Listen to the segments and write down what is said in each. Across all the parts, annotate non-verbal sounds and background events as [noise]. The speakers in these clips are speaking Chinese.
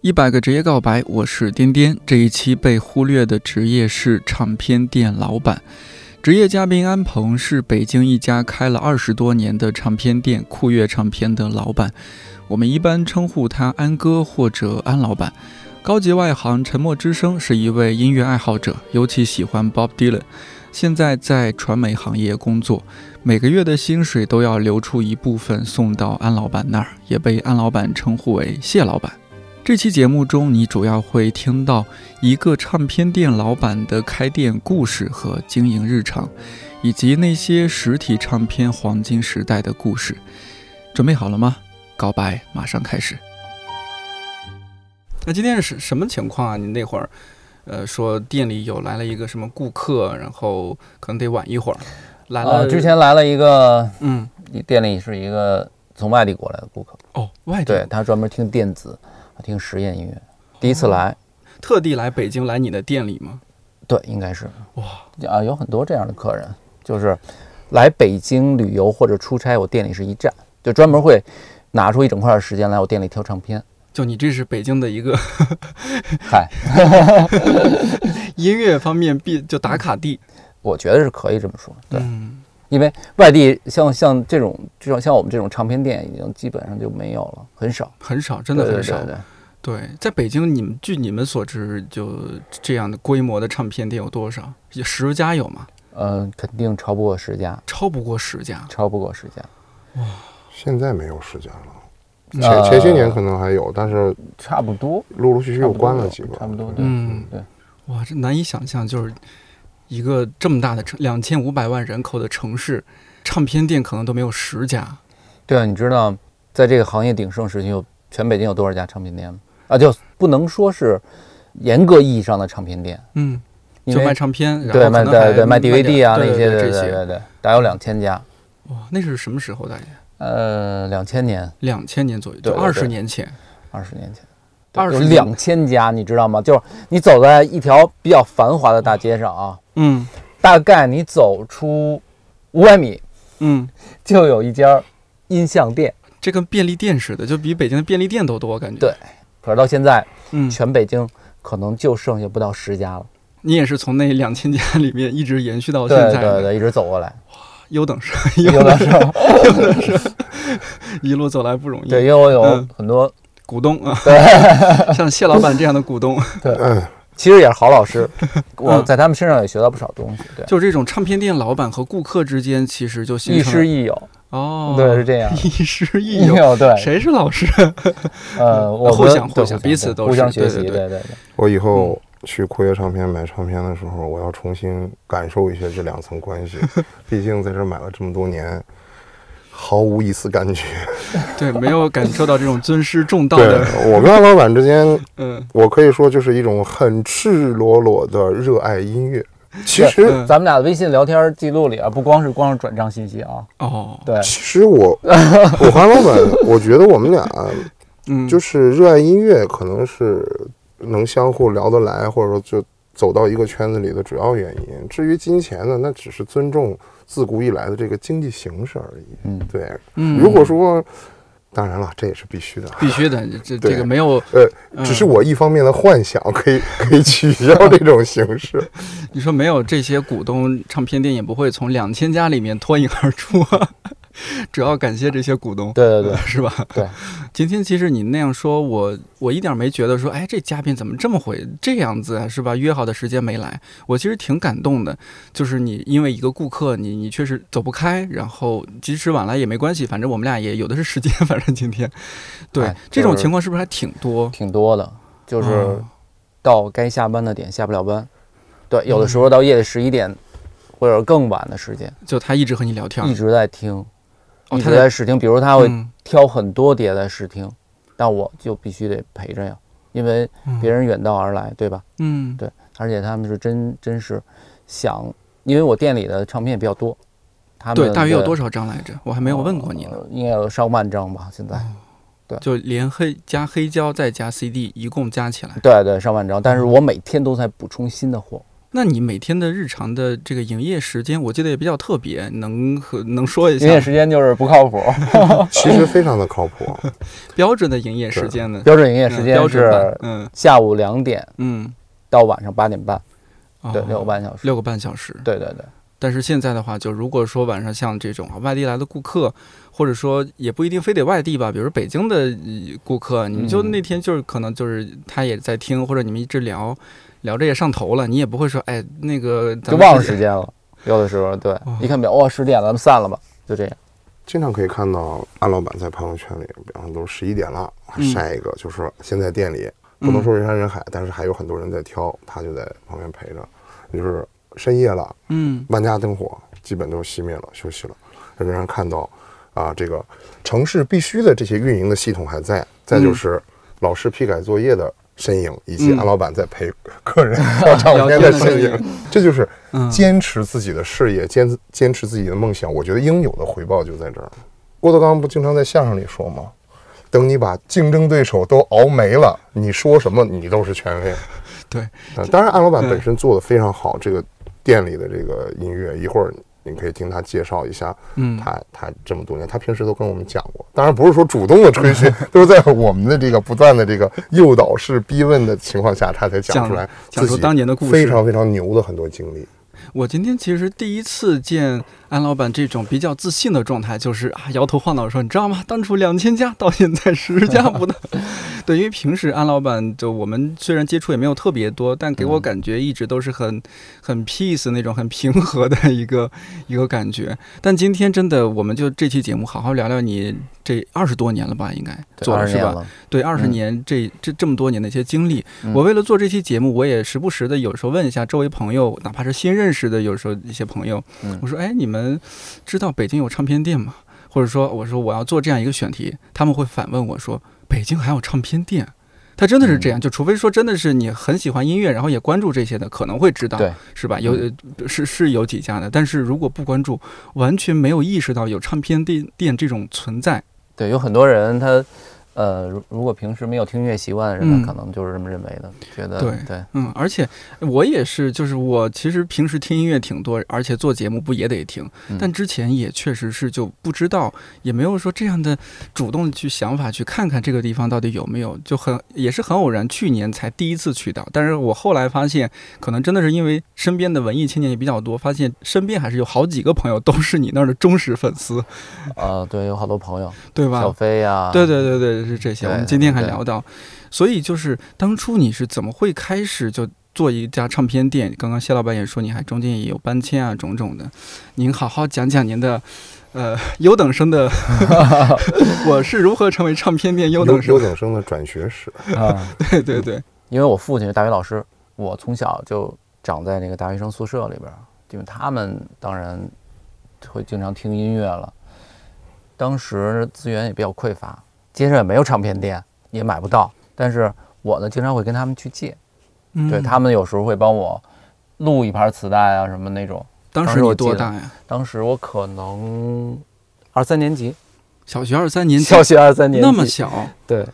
一百个职业告白，我是颠颠。这一期被忽略的职业是唱片店老板。职业嘉宾安鹏是北京一家开了二十多年的唱片店酷乐唱片的老板，我们一般称呼他安哥或者安老板。高级外行沉默之声是一位音乐爱好者，尤其喜欢 Bob Dylan。现在在传媒行业工作，每个月的薪水都要留出一部分送到安老板那儿，也被安老板称呼为谢老板。这期节目中，你主要会听到一个唱片店老板的开店故事和经营日常，以及那些实体唱片黄金时代的故事。准备好了吗？告白马上开始。那今天是什么情况啊？你那会儿，呃，说店里有来了一个什么顾客，然后可能得晚一会儿，来了、呃，之前来了一个嗯店里是一个从外地过来的顾客，哦外地对他专门听电子，听实验音乐，第一次来，特地来北京来你的店里吗？对，应该是哇啊，有很多这样的客人，就是来北京旅游或者出差，我店里是一站，就专门会拿出一整块的时间来我店里挑唱片。就你这是北京的一个嗨， [laughs] 音乐方面必就打卡地，我觉得是可以这么说，对，嗯，因为外地像像这种这种像我们这种唱片店已经基本上就没有了，很少，很少，真的对很对少。对对对在北京，你们据你们所知，就这样的规模的唱片店有多少？有十家有吗？呃，肯定超不过十家，超不过十家。超不过十家。现在没有时间了，嗯前呃前些年可能还有，但是差不多，陆陆续续差又不多关了有几个。差不多对嗯，对，哇，这难以想象，就是一个这么大的城，两千五百万人口的城市，唱片店可能都没有十家。对啊，你知道在这个行业鼎盛时期，有全北京有多少家唱片店吗？啊，就不能说是严格意义上的唱片店，嗯，因就为卖唱片，然后对卖可能还对对卖点 DVD 啊对那些，对对这些。对对，大概有两千家，哇，那是什么时候大概？呃，两千年，两千年左右，对就对二十对年前。二十年前。 20有年两千家，你知道吗？就是你走在一条比较繁华的大街上啊，嗯大概你走出五百米嗯，就有一家音像店。这跟便利店似的，就比北京的便利店都多，感觉。对可是到现在，嗯，全北京可能就剩下不到十家了。你也是从那两千家 [laughs] 里面一直延续到现对在的，对对，一直走 [laughs] 过来，优等生， [laughs] 优有的时候，一路走来不容易。对，因为我有嗯很多，股东啊， [laughs] 像谢老板这样的股东， [laughs] 嗯，其实也是好老师，嗯我在他们身上也学到不少东西，对，就是这种唱片店老板和顾客之间，其实就形亦成师了亦友，哦，对，是 [laughs] 这样，亦师亦亦友。友， [laughs] 对，谁是老师？呃，我们互相对互相彼此都是互相对学对习，对对对我以后去酷乐唱片买唱片的时候，我要重新感受一下这两层关系。毕竟在这儿买了这么多年，毫无一丝感觉。对，没有感受到这种尊师重道对的，我跟安老板之间，嗯，我可以说就是一种很赤裸裸的热爱音乐。其实嗯对，咱们俩的微信聊天记录里啊，不光是光是转账信息啊，哦，对，其实我我和安老板，我觉得我们俩嗯，就是热爱音乐，可能是能相互聊得来，或者说就走到一个圈子里的主要原因。至于金钱呢，那只是尊重自古以来的这个经济形势而已。嗯，对，嗯，如果说，当然了，这也是必须的。必须的，这对这个没有，呃，嗯只是我一方面的幻想，可以 [laughs] 可以取消这种形式。你说没有这些股东，唱片店也不会从两千家里面脱颖而出 [laughs] 啊。主要感谢这些股东，对对对 [laughs] 是吧？对。今天其实你那样说，我我一点没觉得说，哎，这嘉宾怎么这么会这样子啊，是吧？约好的时间没来，我其实挺感动的。就是你因为一个顾客，你你确实走不开，然后即使晚来也没关系，反正我们俩也有的是时间， [laughs] 反正今天。对，哎这种就是情况是不是还挺多？挺多的，就是嗯到该下班的点下不了班，对，有的嗯时候到夜里十一点或者更晚的时间就他一直和你聊天，一直在听，哦，一他直在试听，比如他会嗯挑很多碟来试听，但我就必须得陪着呀，因为别人远道而来，对吧？嗯对，而且他们是真真是想，因为我店里的唱片也比较多，他们对，大约有多少？少张来着？我还没有问过你呢。嗯呃应该有上万张吧，现在。就连黑加黑胶再加 CD，一共加起来，嗯 [laughs] 对对，上万张，但是我每天都在补充新的货，那你每天的日常的这个营业时间，我记得也比较特别，能和能说一下营业时间就是不靠谱。哦其实非常的靠谱。啊标准的营业时间呢？ [laughs] 标准营业嗯时标间准版是嗯下午两点嗯，到晚上八点半，哦对，六个半小时。六个半小时。对对对，但是现在的话，就如果说晚上像这种啊外地来的顾客，或者说也不一定非得外地吧，比如北京的呃顾客，你们就嗯那天就是可能就是他也在听，或者你们一直聊，聊着也上头了，你也不会说哎那个咱就们哦忘了是时间了。有的时候对，一看表，哇，十点了，咱们散了吧，就这样。经常可以看到安老板在朋友圈里，比方说都是十一点了，嗯晒一个，就说现在店里不能说人山人海，但是还有很多人在挑，他就在旁边陪着。就是深夜了，嗯万家灯火基本都熄灭了，休息了，仍然看到啊，这个城市必须的这些运营的系统还在。再就是老师批改作业的身影，以及嗯安老板在陪 [laughs] 客人跳唱聊片天的的身身影影，这就是嗯坚持自己的事业，坚坚持自己的梦想。我觉得应有的回报就在这儿。郭德纲不经常在相声里说吗？等你把竞争对手都熬没了，你说什么你都是权威。 [laughs] 对，呃当然，安老板对本身做的非常好，这个店里的这个音乐，一会儿你可以听他介绍一下嗯他他这么多年，他平时都跟我们讲过。当然不是说主动的吹 [laughs] 嘘，都是在我们的这个不断的这个诱导式逼问的情况下，他才讲出来讲自讲出己当年的故事非常非常牛的很多经历。我今天其实第一次见安老板这种比较自信的状态，就是啊摇头晃脑说，你知道吗？当初两千家，到现在十家不到。 [laughs] 对，因为平时安老板就我们虽然接触也没有特别多，但给我感觉一直都是很很 peace 那种很平和的一个 [laughs] 一个感觉。但今天真的，我们就这期节目好好聊聊你这二十多年了吧，应该对做了20是年吧？了，对嗯二十年这、这这么多年的一些经历，我为了做这期节目，我也时不时的有时候问一下周围朋友，哪怕是新认识的，有时候一些朋友，嗯我说哎，你们知道北京有唱片店吗？或者说我说我要做这样一个选题，他们会反问我说北京还有唱片店？他真的是这嗯样，就除非说真的是你很喜欢音乐，然后也关注这些的，可能会知道，对嗯是吧？有呃是是有几家的，但是如果不关注，完全没有意识到有唱片店店这种存在，对，有很多人他，呃，如如果平时没有听音乐习惯的人，嗯他可能就是这么认为的，觉得对对，嗯，而且我也是，就是我其实平时听音乐挺多，而且做节目不也得听，嗯但之前也确实是就不知道，也没有说这样的主动去想法去看看这个地方到底有没有，就很也是很偶然，去年才第一次去到，但是我后来发现，可能真的是因为身边的文艺青年也比较多，发现身边还是有好几个朋友都是你那儿的忠实粉丝，呃，对，有好多朋友，对吧？小飞啊呀，对对对对，是这些。对我们今天还对聊到，所以就是当初你是怎么会开始就做一家唱片店？刚刚谢老板也说，你还中间也有搬迁啊，种种的。您好好讲讲您的，呃，优等生 [laughs] 的，我是如何成为唱片店优等优生？等生的转学史，啊，对对对，因为我父亲是大学老师，我从小就长在那个大学生宿舍里边儿，因为他们当然会经常听音乐了。当时资源也比较匮乏，街上也没有唱片店，也买不到。但是我呢，经常会跟他们去借，嗯，对他们有时候会帮我录一盘磁带啊什么那种。当当时时你我记多得大呀？当时我可能二三年级，小学二三年级，小学二三年级，那么小。对，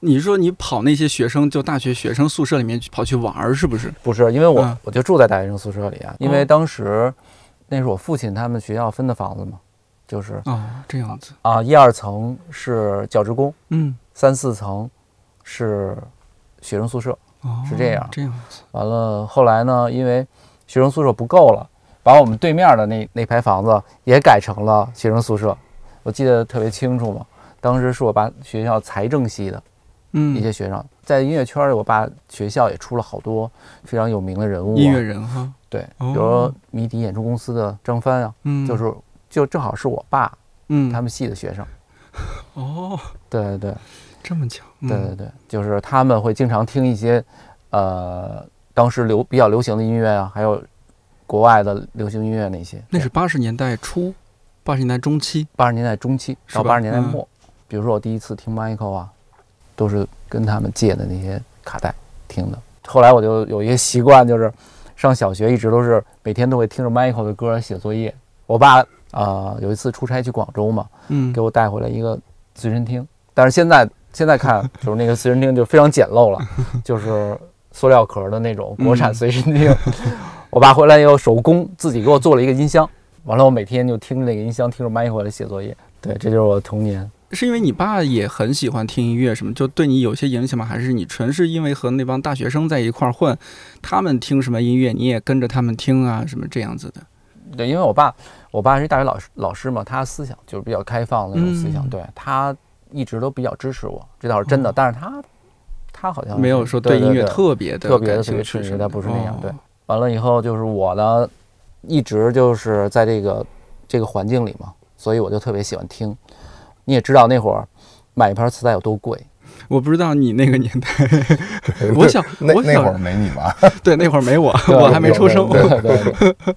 你说你跑那些学生，就大学学生宿舍里面去跑去玩儿，是不是？不是，因为我、嗯我就住在大学生宿舍里啊，因为当时那是我父亲他们学校分的房子嘛，就是哦，这样子，啊一二层是教职工，嗯，三四层是学生宿舍。哦，是这样这样子，完了后来呢，因为学生宿舍不够了，把我们对面的那那排房子也改成了学生宿舍，我记得特别清楚嘛。当时是我爸学校财政系的嗯，一些学生，在音乐圈里，我爸学校也出了好多非常有名的人物、啊，音乐人哈，对，比哦如说迷笛演出公司的张帆啊，嗯，就是就正好是我爸嗯，他们系的学生。哦，对对对这么巧，嗯对对对，就是他们会经常听一些，呃，当时流比较流行的音乐啊，还有国外的流行音乐那些。那是八十年代初，八十年代中期，八十年代中期是吧到八十年代嗯末，比如说我第一次听 Michael 啊，都是跟他们借的那些卡带听的。后来我就有一个习惯，就是上小学一直都是每天都会听着 Michael 的歌写作业。我爸啊、呃有一次出差去广州嘛，嗯，给我带回来一个随身听，但是现在现 [laughs] 在看就是那个随身听就非常简陋了，就是塑料壳的那种国产嗯 [laughs] 随身听。我爸回来又手工自己给我做了一个音箱，完了我每天就听着那个音箱，听着麦回来写作业。对，这就是我的童年。是因为你爸也很喜欢听音乐，什么就对你有些影响吗？还是你纯是因为和那帮大学生在一块儿混，他们听什么音乐你也跟着他们听啊，什么这样子的？对，因为我爸，我爸是大学老师老师嘛，他思想就是比较开放的那种思想，嗯对他一直都比较支持我，这倒是真的。但是他，他好像没有说嗯对音乐对特别的特别感的这兴个趣确什实么他的，不是那样。对哦，完了以后就是我呢，一直就是在这个这个环境里嘛，所以我就特别喜欢听。你也知道那会儿买一盘磁带有多贵，我不知道你那个年代， [laughs] [laughs] 我想 [laughs] 那我那会儿想没你吧？对那会儿没我，[laughs] 对我还没出生，对对对，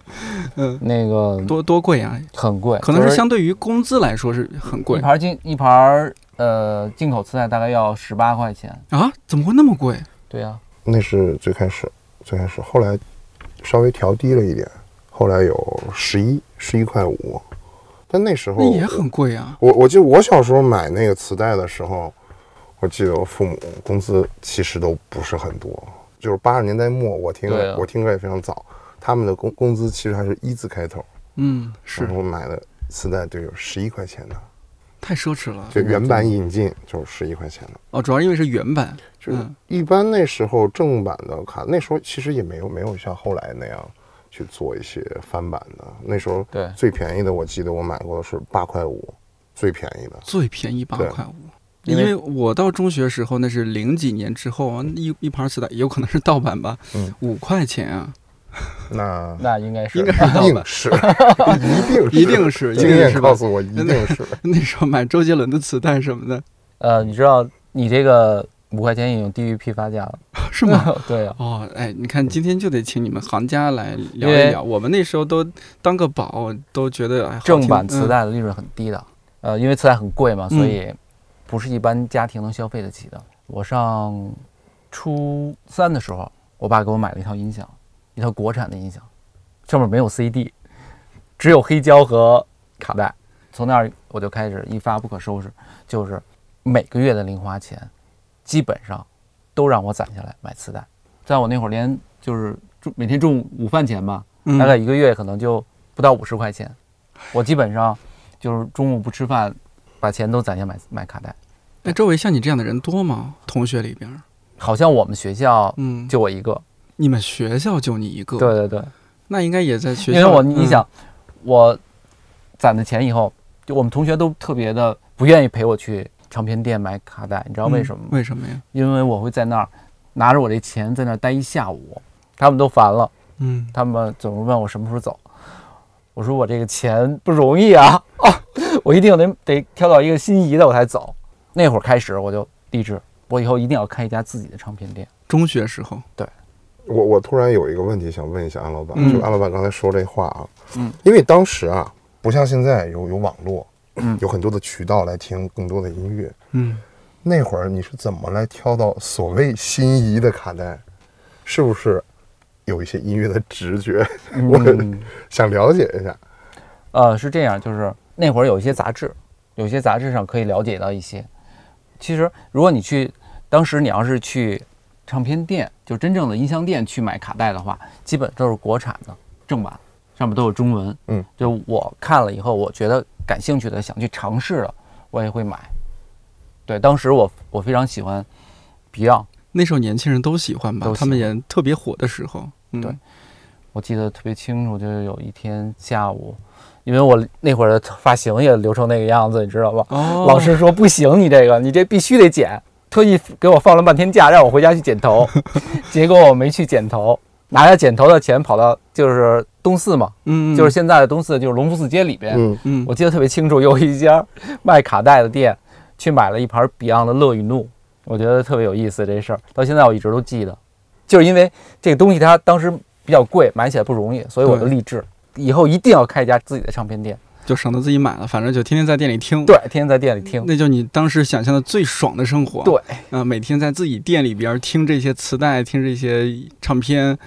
那个 [laughs] 多多贵啊！很贵，可能就是嗯相对于工资来说是很贵一盘进一盘呃进口磁带大概要十八块钱。啊，怎么会那么贵？对呀、那是最开始，最开始，后来稍微调低了一点，后来有十一十一块五，但那时候那也很贵啊！我我记得我小时候买那个磁带的时候，我记得我父母工资其实都不是很多，就是八十年代末我听对啊我听歌也非常早，他们的工工资其实还是一字开头，嗯，是然后买的磁带就有十一块钱的，太奢侈了就原版引进就是十一块钱的，哦，主要是因为是原版，就是嗯一般那时候正版的卡，那时候其实也没有没有像后来那样去做一些翻版的，那时候对最便宜的我记得我买过的是八块五，最便宜的。最便宜八对块五。因因为为我到中学时候，那是零几年之后啊，一一盘磁带有可能是盗版吧嗯，五、块钱啊，那那应该是应该是一盗定版。是，一 [laughs] 定是，一定是经一定验是吧告诉我，一定 [laughs] 是。那时候买周杰伦的磁带什么 [laughs] 的，呃，你知道你这个五块钱已经低于批发价了，是吗？ [laughs] 对啊，哦，哎，你看，今天就得请你们行家来聊因一为聊。我们那时候都当个宝，都觉得哎，好正版听磁、带的利润很低的，呃，因为磁带很贵嘛，嗯所以不是一般家庭能消费得起的。我上初三的时候，我爸给我买了一套音响，一套国产的音响，上面没有 CD，只有黑胶和卡带。从那儿我就开始一发不可收拾，就是每个月的零花钱，基本上都让我攒下来买磁带。在我那会儿，连就是中每天中午午饭钱吧，嗯、大概一个月可能就不到五十块钱。我基本上就是中午不吃饭，把钱都攒下买买卡带。那哎周围像你这样的人多吗？同学里边儿，好像我们学校嗯，就我一个，你们学校就你一个，对，对对，那应该也在学因校。为我嗯你想，我攒的钱以后，就我们同学都特别的不愿意陪我去唱片店买卡带，你知道为什么嗯吗？为什么呀？因为我会在那儿拿着我这钱在那儿待一下午，他们都烦了，嗯，他们总是问我什么时候走，我说我这个钱不容易啊， [laughs] 哦，我一定得得挑到一个心仪的我才走。那会儿开始我就立志，我以后一定要开一家自己的唱片店。中学时候，我我突然有一个问题想问一下安老板，嗯就安老板刚才说这话啊，嗯，因为当时啊，不像现在有有网络，嗯有很多的渠道来听更多的音乐。嗯，那会儿你是怎么来挑到所谓心仪的卡带？是不是有一些音乐的直觉？ [laughs] 我嗯，想了解一下。呃，是这样，就是那会儿有一些杂志，有些杂志上可以了解到一些。其实如果你去，当时你要是去唱片店，就真正的音像店去买卡带的话，基本都是国产的正版，上面都有中文。嗯，就我看了以后，我觉得感兴趣的，想去尝试的，我也会买。对，当时我我非常喜欢 Beyond，那时候年轻人都喜欢吧，都喜他欢们也特别火的时候，嗯、对我记得特别清楚，就是有一天下午，因为我那会儿的发型也留成那个样子，你知道吧？哦，老师说不行，你这个你这必须得剪，特意给我放了半天假，让我回家去剪 [laughs] 头，结果我没去剪头，拿着剪头的钱跑到就是东四嘛，嗯，嗯，就是现在的东四，就是隆福寺街里边，嗯，嗯，我记得特别清楚，有一家卖卡带的店去买了一盘 Beyond 的《乐与怒》，我觉得特别有意思这事儿，到现在我一直都记得，就是因为这个东西它当时比较贵，买起来不容易，所以我就对立志以后一定要开一家自己的唱片店，就省得自己买了，反正就天天在店里听。对，天天在店里听，那就你当时想象的最爽的生活。对。啊、每天在自己店里边儿听这些磁带，听这些唱片，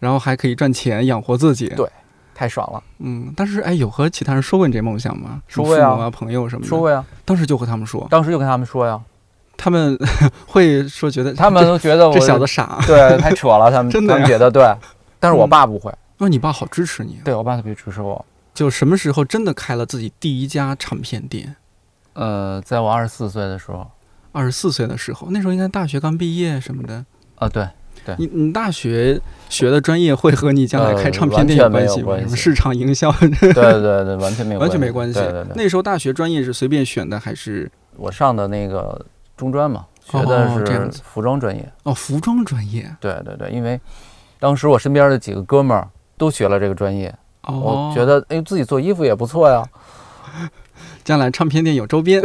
然后还可以赚钱养活自己。对太爽了，嗯，但是哎，有和其他人说过你这梦想吗？说什么过呀父母啊，朋友什么的。说过呀。当时就和他们说，当时就跟他们说呀，他们 [laughs] 会说觉得哦他们都觉得我这这小子傻。啊 [laughs] 对太扯了，他们真的呀他们觉得对，但是我嗯爸不会，那你爸好支持你啊，对我爸特别支持我。就什么时候真的开了自己第一家唱片店？呃，在我二十四岁的时候，二十四岁的时候，那时候应该大学刚毕业什么的。啊，对，你你大学学的专业会和你将来开唱片店有关系吗？呃完全没有关系什么市场营销 [laughs] 对对对，完全没 [laughs] 有，完全没关系。对对对，那时候大学专业是随便选的，还是我上的那个中专嘛，学哦这样的子是服装专业。哦服装专业？对对对，因为当时我身边的几个哥们儿都学了这个专业，哦，我觉得哎自己做衣服也不错呀。将来唱片店有周 [laughs] 边，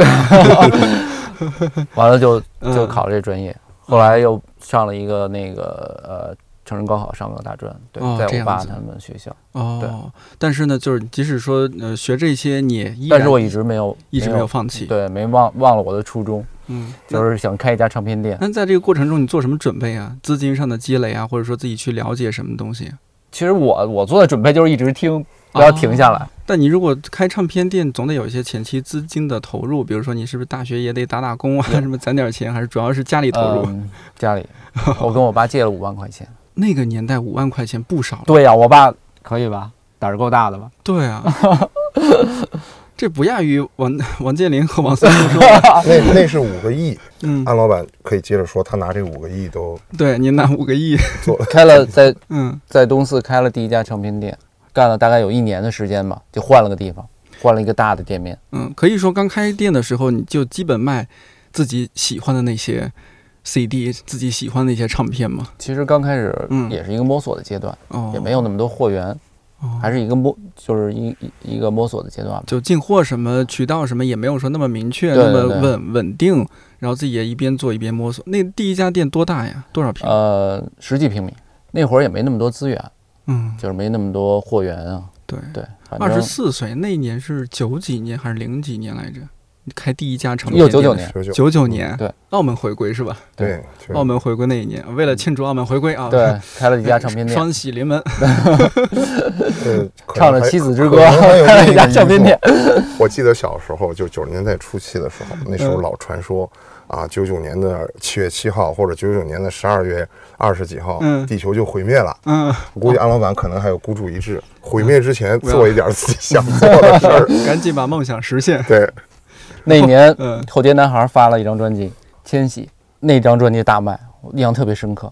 完了就 [laughs] 嗯就考了这专业，后来又上了一个那个呃成人高考，上了大专，对，哦这在样我爸子他们学校，哦。但是呢，就是即使说呃学这些，你也依然但是我一直没有一直没没有放弃。对没忘忘了我的初衷，嗯，就那。是想开一家唱片店。那在这个过程中，你做什么准备啊？资金上的积累啊，或者说自己去了解什么东西啊？其实我我做的准备就是一直听，不要停下来。但你如果开唱片店，总得有一些前期资金的投入，比如说你是不是大学也得打打工啊，什么攒点钱，还是主要是家里投入？嗯，[laughs] 家里我跟我爸借了五万块钱。那个年代五万块钱不少了。对呀、我爸可以吧？胆儿够大的吧？对 [laughs] 啊，这不亚于王王健林和王思聪 [laughs] 说的。啊那那是五个亿，嗯，安老板可以接着说，他拿这五个亿都对，您拿五个亿，开了在嗯，在东四开了第一家唱片店，干了大概有一年的时间吧，就换了个地方，换了一个大的店面。嗯，可以说刚开店的时候，你就基本卖自己喜欢的那些 CD，自己喜欢的那些唱片嘛。其实刚开始嗯也是一个摸索的阶段，哦，也没有那么多货源，哦，还是一个摸，就是一一一个摸索的阶段吧。就进货什么渠道什么也没有说那么明确，对那对么对稳稳定。然后自己也一边做一边摸索。那第一家店多大呀？多少平？呃，十几平米，那会儿也没那么多资源，嗯，就是没那么多货源啊。对。对，反二十正四岁那一年是九几年还是零几年来着？你开第一家唱片又店九的九年，嗯九九九九年，对，澳门回归是吧？对，就哦澳门回归那一年，为了庆祝澳门回归啊， [laughs] 对，开了一家唱片店，双喜临门，呃可能唱着还《妻子之可歌能还 [laughs] 有》，开那了个一家唱片店。 [laughs] 我记得小时候，就九十年代初期的时候，那时嗯候老传说啊，九九年的七月七号或者九九年的十二月二十几号，嗯地球就毁灭了。嗯，我估计安老板可能还有孤注一掷，毁灭之前我要做一点自己想做的事儿。赶紧把梦想实现。 [laughs] 对，那一年，嗯后街男孩发了一张专辑《千玺》，那张专辑大卖，我印象特别深刻。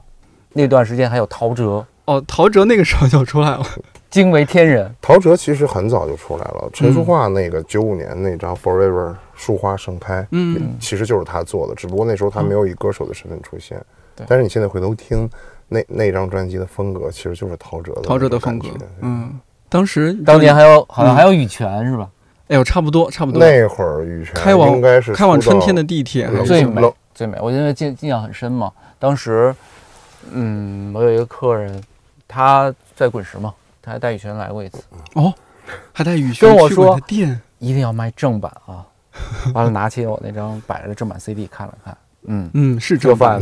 那段时间还有陶喆，哦，陶喆那个时候就出来了，惊为天人。陶喆其实很早就出来了，陈淑桦那个九五年那张《Forever》树花盛开，嗯，其实就是他做的，只不过那时候他没有以歌手的身份出现。对但是你现在回头听那那张专辑的风格，其实就是陶喆的陶喆的那种风感格觉，嗯，当时当年还有好嗯像还有羽泉是吧？哎呦，差不多差不多，那会儿呃羽泉开往应该是开往出道春天的地铁，冷最静美冷最美，我因为印印象很深嘛。当时，嗯，我有一个客人，他在滚石嘛，他还带羽泉来过一次，哦，还带雨轩跟我去过说你的店，一定要卖正版啊。 [laughs] 完了，拿起我那张摆着的正版 CD 看了看，嗯，嗯，是这正版贩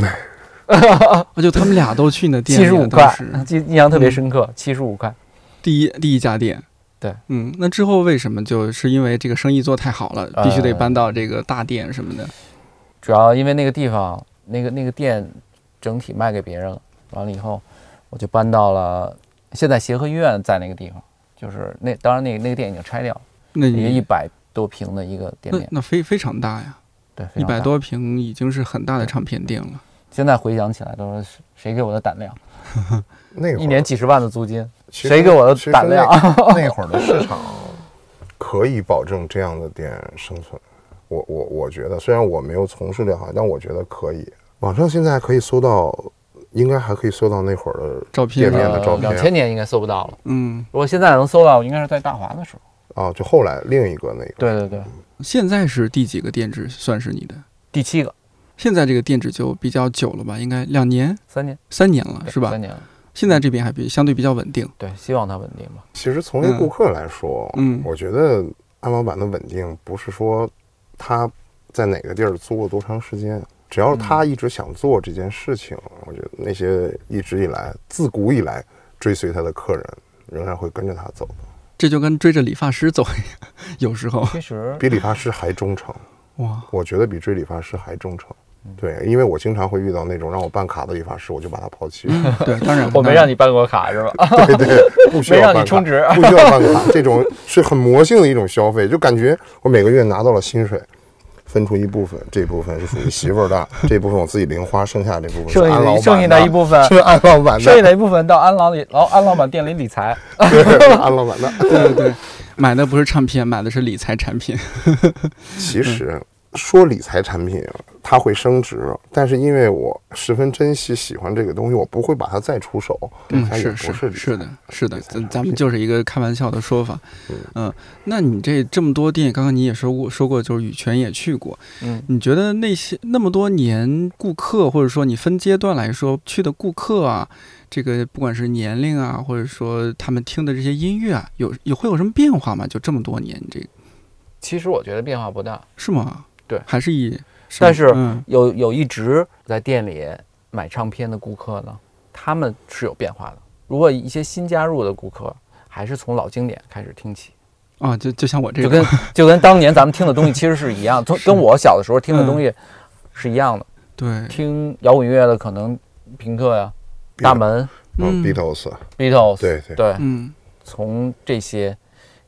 子的， [laughs] 哦就他们俩都去你的店七里十了，五当块嗯时，记印象特别深刻，七十五块。第一第一家店。对，嗯，那之后为什么就是因为这个生意做太好了，必须得呃搬到这个大店什么的？主要因为那个地方那个那个店整体卖给别人了，完了以后我就搬到了现在协和医院在那个地方，就是那当然那那个店已经拆掉了，那一个你一百多平的一个店那面，那非非常大呀，对，非一常百大。多平已经是很大的唱片店了。现在回想起来都是谁给我的胆量，那会儿一年几十万的租金，其实谁给我的其实胆量那那会儿的市场可以保证这样的店生存，我我我觉得，虽然我没有从事这行，但我觉得可以。网上现在还可以搜到，应该还可以搜到那会儿的照片店啊面的照片呃两千年应该搜不到了。嗯，如果现在能搜到，应该是在大华的时候。啊，就后来另一个那个，对对对，现在是第几个店址算是你的？第七个，现在这个店址就比较久了吧，应该两年、三年三年了，对是吧三？年了，现在这边还比相对比较稳定。对，希望它稳定吧。其实从业顾客来说，嗯嗯我觉得安老板的稳定不是说他在哪个地儿租了多长时间，只嗯要他一直想做这件事情，我觉得那些一直以来自古以来追随他的客人，仍然会跟着他走的，这就跟追着理发师走一样，有时候其实比理发师还忠诚，哇，我觉得比追理发师还忠诚。嗯对，因为我经常会遇到那种让我办卡的理发师，我就把他 [laughs] 抛弃了。嗯 [laughs] 对，当然我没让你办过卡是吧？对对，不需没要让办你卡充值 [laughs] 不需要办卡，这种是很魔性的一种消费，就感觉我每个月拿到了薪水，分出一部分，这部分是属于媳妇儿的，这部分我自己零花，剩下这部分 [laughs] 是剩安下老板剩下的一部分， [laughs] 是安老板剩下的，的一部分到安老里老安老板店里理财。对，是安 [laughs] 老板的。对对，买的不是唱片，买的是理财产品。其实说理财产品它会升值，但是因为我十分珍惜喜欢这个东西，我不会把它再出手。嗯，它也是不是理财是的，是的，理财咱产咱们品就是一个开玩笑的说法。嗯，那你这这么多店，刚刚你也说过说过，就是羽泉也去过。嗯，你觉得那些那么多年顾客，或者说你分阶段来说去的顾客啊，这个不管是年龄啊，或者说他们听的这些音乐啊，有有会有什么变化吗？就这么多年，这个其实我觉得变化不大，是吗？对还是以，是但是嗯有有一直在店里买唱片的顾客呢，他们是有变化的。如果一些新加入的顾客，还是从老经典开始听起，啊，就就像我这就种，跟就跟当年咱们听的东西其实是一 [laughs] 样，从跟我小的时候听的东嗯西是一样的。对，听摇滚乐的可能平克呀、大门、嗯嗯，Beatles， Beatles，对对对，嗯，从这些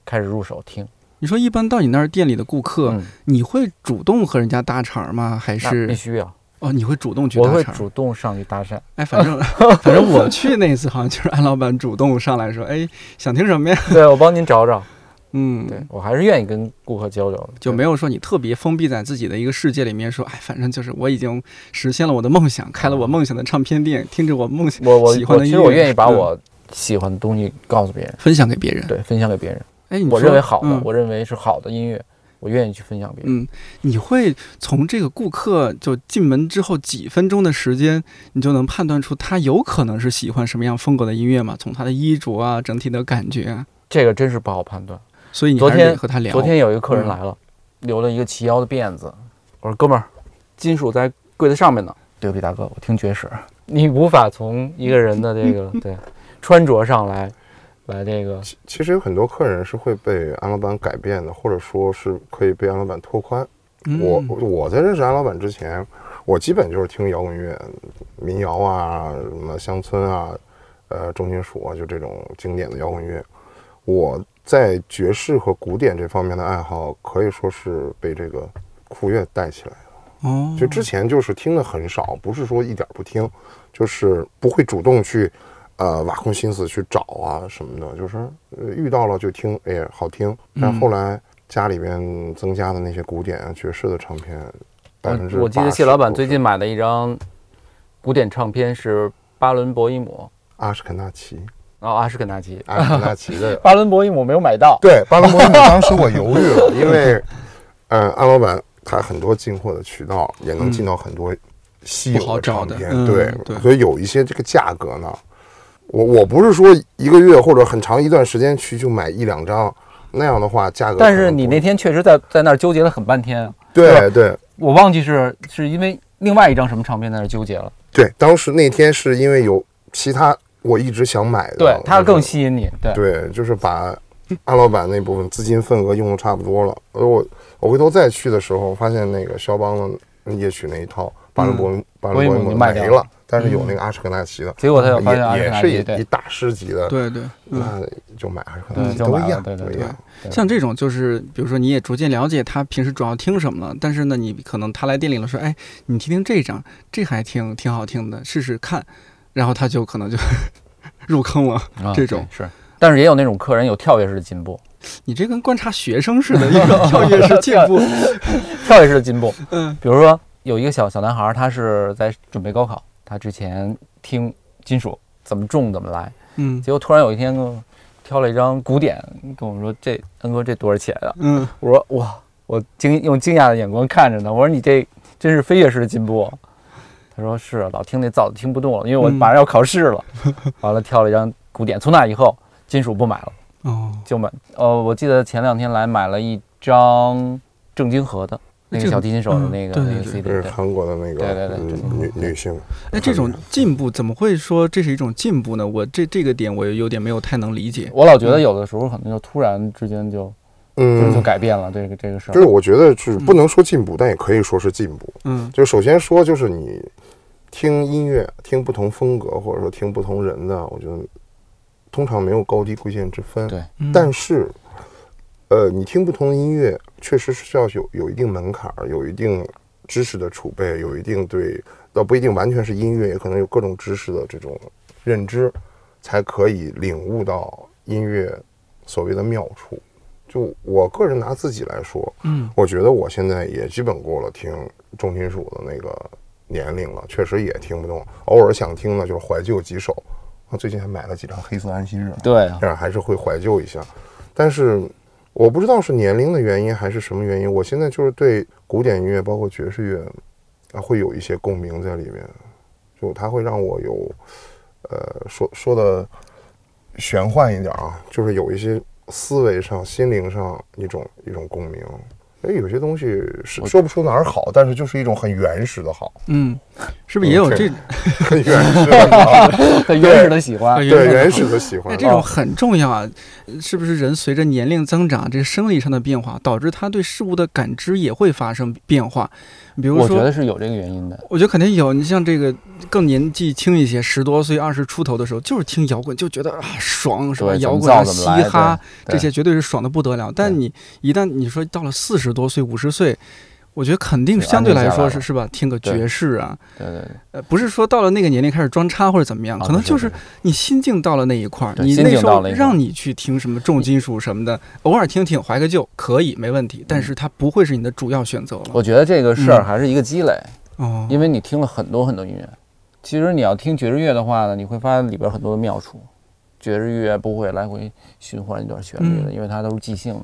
开始入手听。你说一般到你那儿店里的顾客，嗯，你会主动和人家搭茬儿吗？还那必是须啊，哦，你会主动去我搭会茬儿？主动上去 [laughs] 搭讪。哎， [laughs] 反正反正我去那次好像就是安老板主动上来说，哎，想听什么呀？ [laughs] 对，我帮您找找。嗯，对，我还是愿意跟顾客交流的，就没有说你特别封闭在自己的一个世界里面，说哎，反正就是我已经实现了我的梦想，开了我梦想的唱片店，听着我梦想我我喜欢我的其音实乐，我愿意把嗯我喜欢的东西告诉别人，分享给别人。对，分享给别人。哎，你我说认为好的，嗯我认为是好的音乐，我愿意去分享别人。嗯，你会从这个顾客就进门之后几分钟的时间，你就能判断出他有可能是喜欢什么样风格的音乐吗？从他的衣着啊，整体的感觉啊，这个真是不好判断。所以你昨还是得天和他聊。昨天有一个客人嗯来了，留了一个齐腰的辫子，我说哥们儿，金属在柜子上面呢。对不起大哥，我听爵士。你无法从一个人的这 [laughs] 个对穿着上来来这个其其实有很多客人是会被安老板改变的，或者说是可以被安老板拓宽。嗯我我在认识安老板之前，我基本就是听摇滚乐、民谣啊、什么乡村啊、呃重金属啊，就这种经典的摇滚乐。我在爵士和古典这方面的爱好，可以说是被这个酷乐带起来的。哦，就之前就是听的很少，不是说一点儿不听，就是不会主动去，呃，挖空心思去找啊什么的，就是呃遇到了就听，哎，好听。嗯但后来家里边增加的那些古典啊、爵士的唱片，百分之呃我我记得谢老板最近买的一张古典唱片是巴伦博伊姆，阿什肯纳奇，然后阿什肯纳奇。，阿什肯纳奇的巴伦博伊姆没有买到，对，巴伦摩姆当时我犹豫 [laughs] 了，因为，呃，安老板他很多进货的渠道也能进到很多稀嗯有不好找唱的片，嗯对，对所以有一些这个价格呢，我我不是说一个月或者很长一段时间去就买一两张，那样的话价格可能不，但是你那天确实在在那儿纠结了很半天啊，对对我忘记是是因为另外一张什么唱片在那儿纠结了，对，当时那天是因为有其他我一直想买的，对，它就是更吸引你，对，对，就是把安老板那部分资金份额用的差不多了。而我我回头再去的时候，发现那个肖邦的夜曲那一套，巴伦嗯博巴伦威博姆姆就卖没掉了嗯了，但是有那个阿什肯纳奇的，结果他又发现阿也什肯也纳是奇，对一一，大师级的，对对，嗯。那就买阿什肯纳对奇就都买一了样，对对都一对样。对像这种就是，比如说你也逐渐了解他平时主要听什么了，但是呢，你可能他来店里了说，哎，你听听这张，这还挺挺好听的，试试看，然后他就可能就 [laughs] 入坑了。啊这种对是，但是也有那种客人有跳跃式的进步，你这跟观察学生似的，一个跳跃式进步。 [laughs] 跳跃式的进步，嗯比如说有一个小小男孩儿，他是在准备高考，他之前听金属怎么重怎么来，嗯结果突然有一天跟我挑了一张古典，跟我们说这恩哥这多少钱啊？嗯，我说哇，我惊用惊讶的眼光看着呢。我说你这真是飞跃式的进步。啊他说是，啊老听那早听不动了，因为我嗯马上要考试了。完了挑了一张古典，从那以后金属不买了，哦，就买呃，我记得前两天来买了一张郑经和的那这个个小提琴手的嗯那个对那对个对 CD，这对是韩国的那个对对对嗯这是女女性，哎，这种进步怎么会说这是一种进步呢？我这这个点我有点没有太能理解。我老觉得有的时候可能就突然之间就就就嗯，改变了这个这个事就是儿。我觉得是嗯不能说进步，但也可以说是进步。嗯就首先说，就是你听音乐，听不同风格，或者说听不同人的，我觉得通常没有高低贵贱之分。对嗯，但是，呃，你听不同的音乐，确实是需要有有一定门槛儿，有一定知识的储备，有一定对，倒不一定完全是音乐，也可能有各种知识的这种认知，才可以领悟到音乐所谓的妙处。就我个人拿自己来说，嗯我觉得我现在也基本过了听重金属的那个年龄了，确实也听不动，偶尔想听呢，就是怀旧几首。我最近还买了几张黑色安息日，对啊，这样还是会怀旧一下。但是我不知道是年龄的原因还是什么原因，我现在就是对古典音乐，包括爵士乐，啊，会有一些共鸣在里面，就它会让我有，呃，说说的玄幻一点啊，就是有一些思维上、心灵上一种一种共鸣。因为有些东西是说不出哪儿好，但是就是一种很原始的好，嗯，是不是也有这很原始的好， [laughs] 很啊原始的喜欢很， [laughs] 对原始的喜欢呃那。这种很重要啊，呃是不是人随着年龄增长，这生理上的变化，导致他对事物的感知也会发生变化？比如我觉说，得是有这个原因的。我觉得肯定有。你像这个更年纪轻一些，十多岁、二十出头的时候，就是听摇滚就觉得啊爽，是吧？对，摇怎么滚啊、造怎嘻么来，哈对这些绝对是爽的不得了。但对你一旦你说到了四十多岁、五十岁，我觉得肯定对相对安静来下说来是了是吧？听个对爵士啊，对对对，呃，不是说到了那个年龄开始装叉或者怎么样，啊可能不是就是不是你心境到了那一块儿，对你心那境时到候了一块儿让你去听什么重金属什么的，偶尔听听怀个旧可以没问题，但是它不会是你的主要选择了。我觉得这个事儿嗯还是一个积累，哦，因为你听了很多很多音乐。其实你要听爵士乐的话呢，你会发现里边很多的妙处。爵士乐不会来回循环一段旋律的，嗯因为它都是即兴的。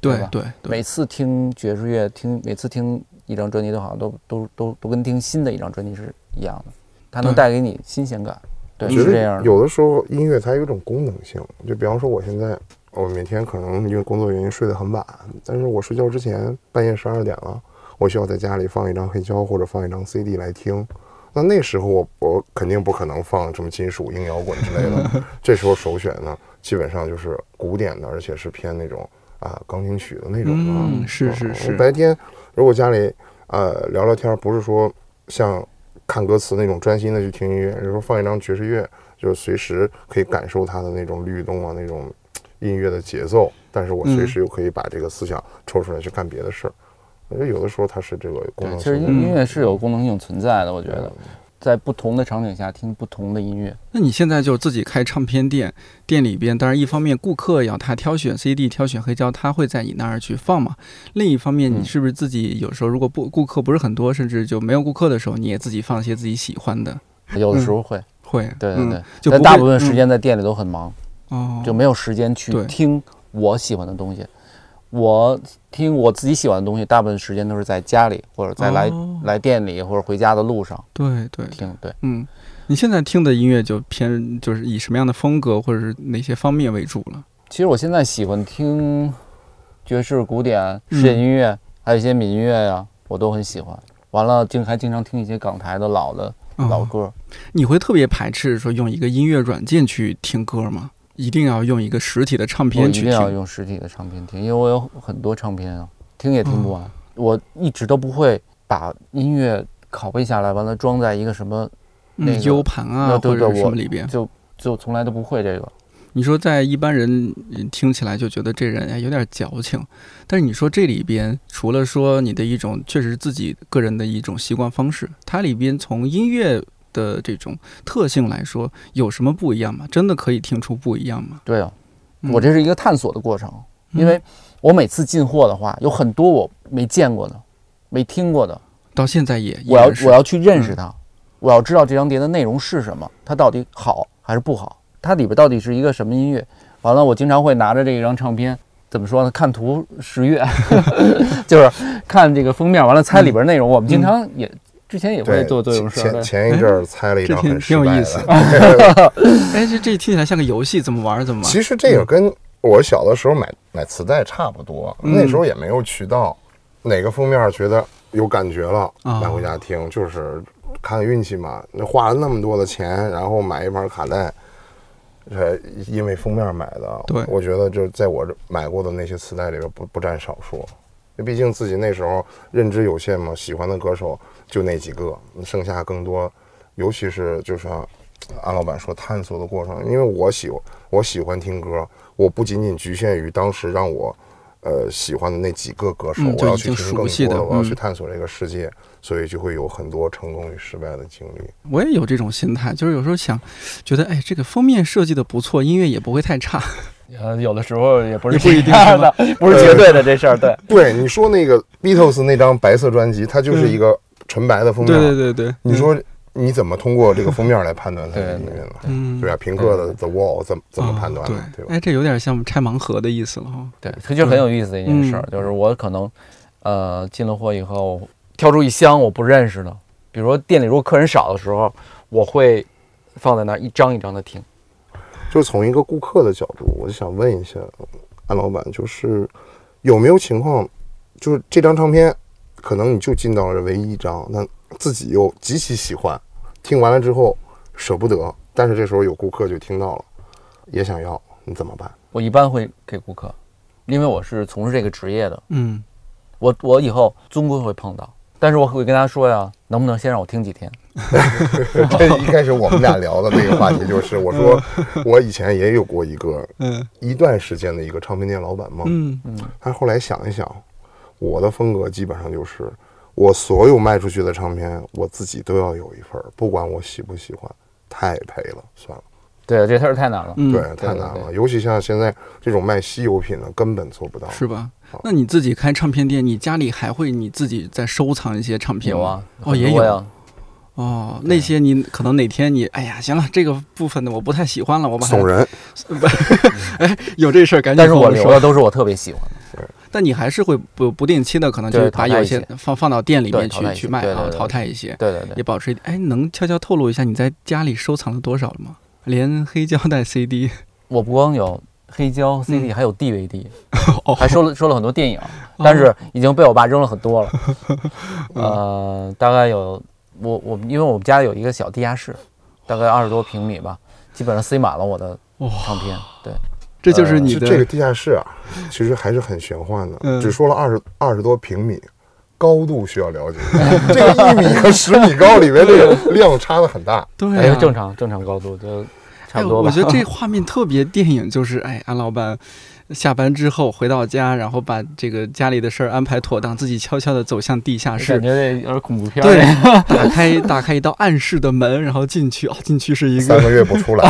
对对吧对对，每次听爵士乐，听每次听一张专辑都好像都都都都跟听新的一张专辑是一样的，它能对带给你新鲜感。对，我觉是这样得的。有的时候音乐它有一种功能性，就比方说我现在我每天可能因为工作原因睡得很晚，但是我睡觉之前半夜十二点了，我需要在家里放一张黑胶或者放一张 CD 来听。那那时候我我肯定不可能放什么金属、硬摇滚之类的，这时候首选呢，基本上就是古典的，而且是偏那种啊钢琴曲的那种啊。嗯，是嗯是是，白天如果家里呃聊聊天儿，不是说像看歌词那种专心的去听音乐，有时候放一张爵士乐，就是随时可以感受它的那种律动啊，那种音乐的节奏。但是我随嗯时又可以把这个思想抽出来去干别的事儿。我觉得有的时候它是这个功对，能其性嗯实的。音乐是有功能性存在的，我觉得，在不同的场景下听不同的音乐，那你现在就自己开唱片店，店里边当然一方面顾客要他挑选 CD、挑选黑胶，他会在你那儿去放嘛。另一方面，嗯你是不是自己有时候如果不顾客不是很多，甚至就没有顾客的时候，你也自己放一些自己喜欢的？有的时候会，会，对对嗯对，就但不大会部分时嗯间在店里都很忙，哦，就没有时间去对听我喜欢的东西。我听我自己喜欢的东西，大部分时间都是在家里，或者在来、哦来店里，或者回家的路上对对，听。对，嗯，你现在听的音乐就偏就是以什么样的风格或者是哪些方面为主了？其实我现在喜欢听爵士、古典、嗯世界音乐，还有一些民乐呀、我都很喜欢。完了，经还经常听一些港台的老的老哦，歌。你会特别排斥说用一个音乐软件去听歌吗？一定要用一个实体的唱我片一去定要听？用实体的唱片听，因为我有很多唱片啊，听也听不嗯完。我一直都不会把音乐拷贝下来，完了装在一个什么，那嗯个 U 盘啊，那对对或者是什我么里边？就就从来都不会这个。你说在一般人嗯听起来就觉得这人哎有点矫情，但是你说这里边除了说你的一种确实自己个人的一种习惯方式，它里边从音乐的这种特性来说有什么不一样吗？真的可以听出不一样吗？对啊，嗯我这是一个探索的过程，因为我每次进货的话，有很多我没见过的、没听过的，到现在也依我要然是我要去认识它，我要知道这张碟的内容是什么，它到底好还是不好，它里边到底是一个什么音乐。完了，我经常会拿着这一张唱片，怎么说呢？看图识乐， [laughs] 就是看这个封面，完了猜里边内容。我们经常也、之前也会对，做做这种事儿嗯前对，前一阵儿猜了一这张挺挺很失有败意的，思。哎，这这听起来像个游戏，怎么玩儿怎么玩儿。其实这个跟我小的时候买买磁带差不多，嗯那时候也没有渠道，哪个封面觉得有感觉了，啊买回家听，就是看运气嘛。那花了那么多的钱，然后买一盘卡带，才因为封面买的。对我觉得就是在我这买过的那些磁带里边不不占少数，因为毕竟自己那时候认知有限嘛，喜欢的歌手就那几个，剩下更多，尤其是就是像安老板说探索的过程，因为我喜欢我喜欢听歌，我不仅仅局限于当时让我。呃，喜欢的那几个歌手，嗯我就要已去经听熟更悉多的我要嗯去探索这个世界，所以就会有很多成功与失败的经历。我也有这种心态，就是有时候想，觉得哎，这个封面设计的不错，音乐也不会太差。呃，有的时候也不是也不一定这样是吧的，不是绝对的这事儿，对，对你说那个 Beatles 那张白色专辑，它就是一个纯白的封对面。啊对对对，你说你怎么通过这个封面来判断它对是音对乐呢？嗯，对啊，啊，平克的 The Wall 怎么怎么判断对的，对吧？哎，这有点像拆盲盒的意思了哈。对，它就嗯很有意思的一件事儿，就是我可能，呃，进了货以后，挑出一箱我不认识的，比如说店里如果客人少的时候，我会放在那儿一张一张的听。就是从一个顾客的角度，我就想问一下安老板，就是有没有情况，就是这张唱片可能你就进到了这唯一一张，那自己又极其喜欢，听完了之后舍不得，但是这时候有顾客就听到了，也想要，你怎么办？我一般会给顾客，因为我是从事这个职业的，嗯，我我以后终归会碰到，但是我会跟他说呀，能不能先让我听几天？这一开始我们俩聊的那个话题就是，我说我以前也有过一个嗯一段时间的一个唱片店老板梦，嗯但后来想一想，我的风格基本上就是，我所有卖出去的唱片，我自己都要有一份儿，不管我喜不喜欢，太赔了，算了，对，这事儿太难了。嗯，对，太难对了，对尤其像现在这种卖稀有品的，根本做不到。是吧？哦那你自己开唱片店，你家里还会你自己再收藏一些唱片有吗？啊，哦，很也有多呀，哦，那些你可能哪天你哎呀，行了，这个部分的我不太喜欢了，我把它怂人，有这事儿赶紧但是跟我们留说的都是我特别喜欢的。但你还是会不不定期的，可能就对是把淘汰有一些些放放到店里对面淘去汰一去些卖对啊，对对淘汰一些，对对对也，保持一哎，能悄悄透露一下你在家里收藏了多少了吗？连黑胶带、CD，我不光有黑胶、CD，还有 DVD，嗯 [laughs] 哦啊还收了收了很多电影，但是已经被我爸扔了很多 [laughs] 了。嗯呃，大概有我我因为我们家有一个小地下室，大概二十多平米吧，基本上塞满了我的哇唱片。对，这就是呃你是的这个地下室啊，其实还是很玄幻的。嗯只说了二十二十多平米，高度需要 [laughs] 了解。这个一米和十米高里面这个量差的很大。哎对呦，啊，正常正常高度就差哎不我多吧。我觉得这画面特别电影，就是哎，安老板下班之后回到家，然后把这个家里的事儿安排妥当，自己悄悄地走向地下感室。觉这有点恐怖片儿。对， [laughs] 打开打开一道暗室的门，然后进去，哦，进去是一三个，[laughs] [laughs] 个月不出来，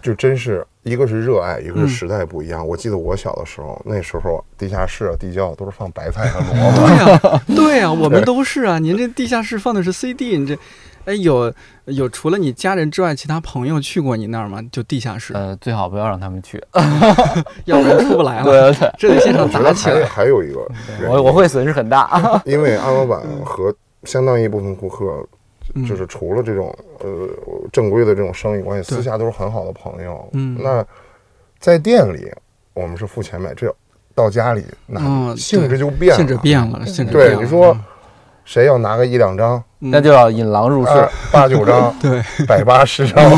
就真是一个是热爱，一个嗯是时代不一样。我记得我小的时候，那时候地下室、啊地窖都是放白菜和 [laughs] 萝卜。对呀、对呀、我们都是啊。您这地下室放的是 CD，你这，哎，有有除了你家人之外，其他朋友去过你那儿吗？就地下室，呃，最好不要让他 [laughs] 们去。要不然出不来了。对啊对这得现我场觉打得起还来。还有一个对，原我因，我会损失很嗯大。因为安老板和相当一部分顾客。嗯就是除了这种呃正规的这种生意关系，对私下都是很好的朋友。嗯那在店里我们是付钱买，这到家里那嗯性质对就变了。性质变了，性质变对了。你说，谁要拿个一两张、嗯，[laughs] 那就要引狼入室二，八九张啊 [laughs] 对。百八 [laughs] 十张，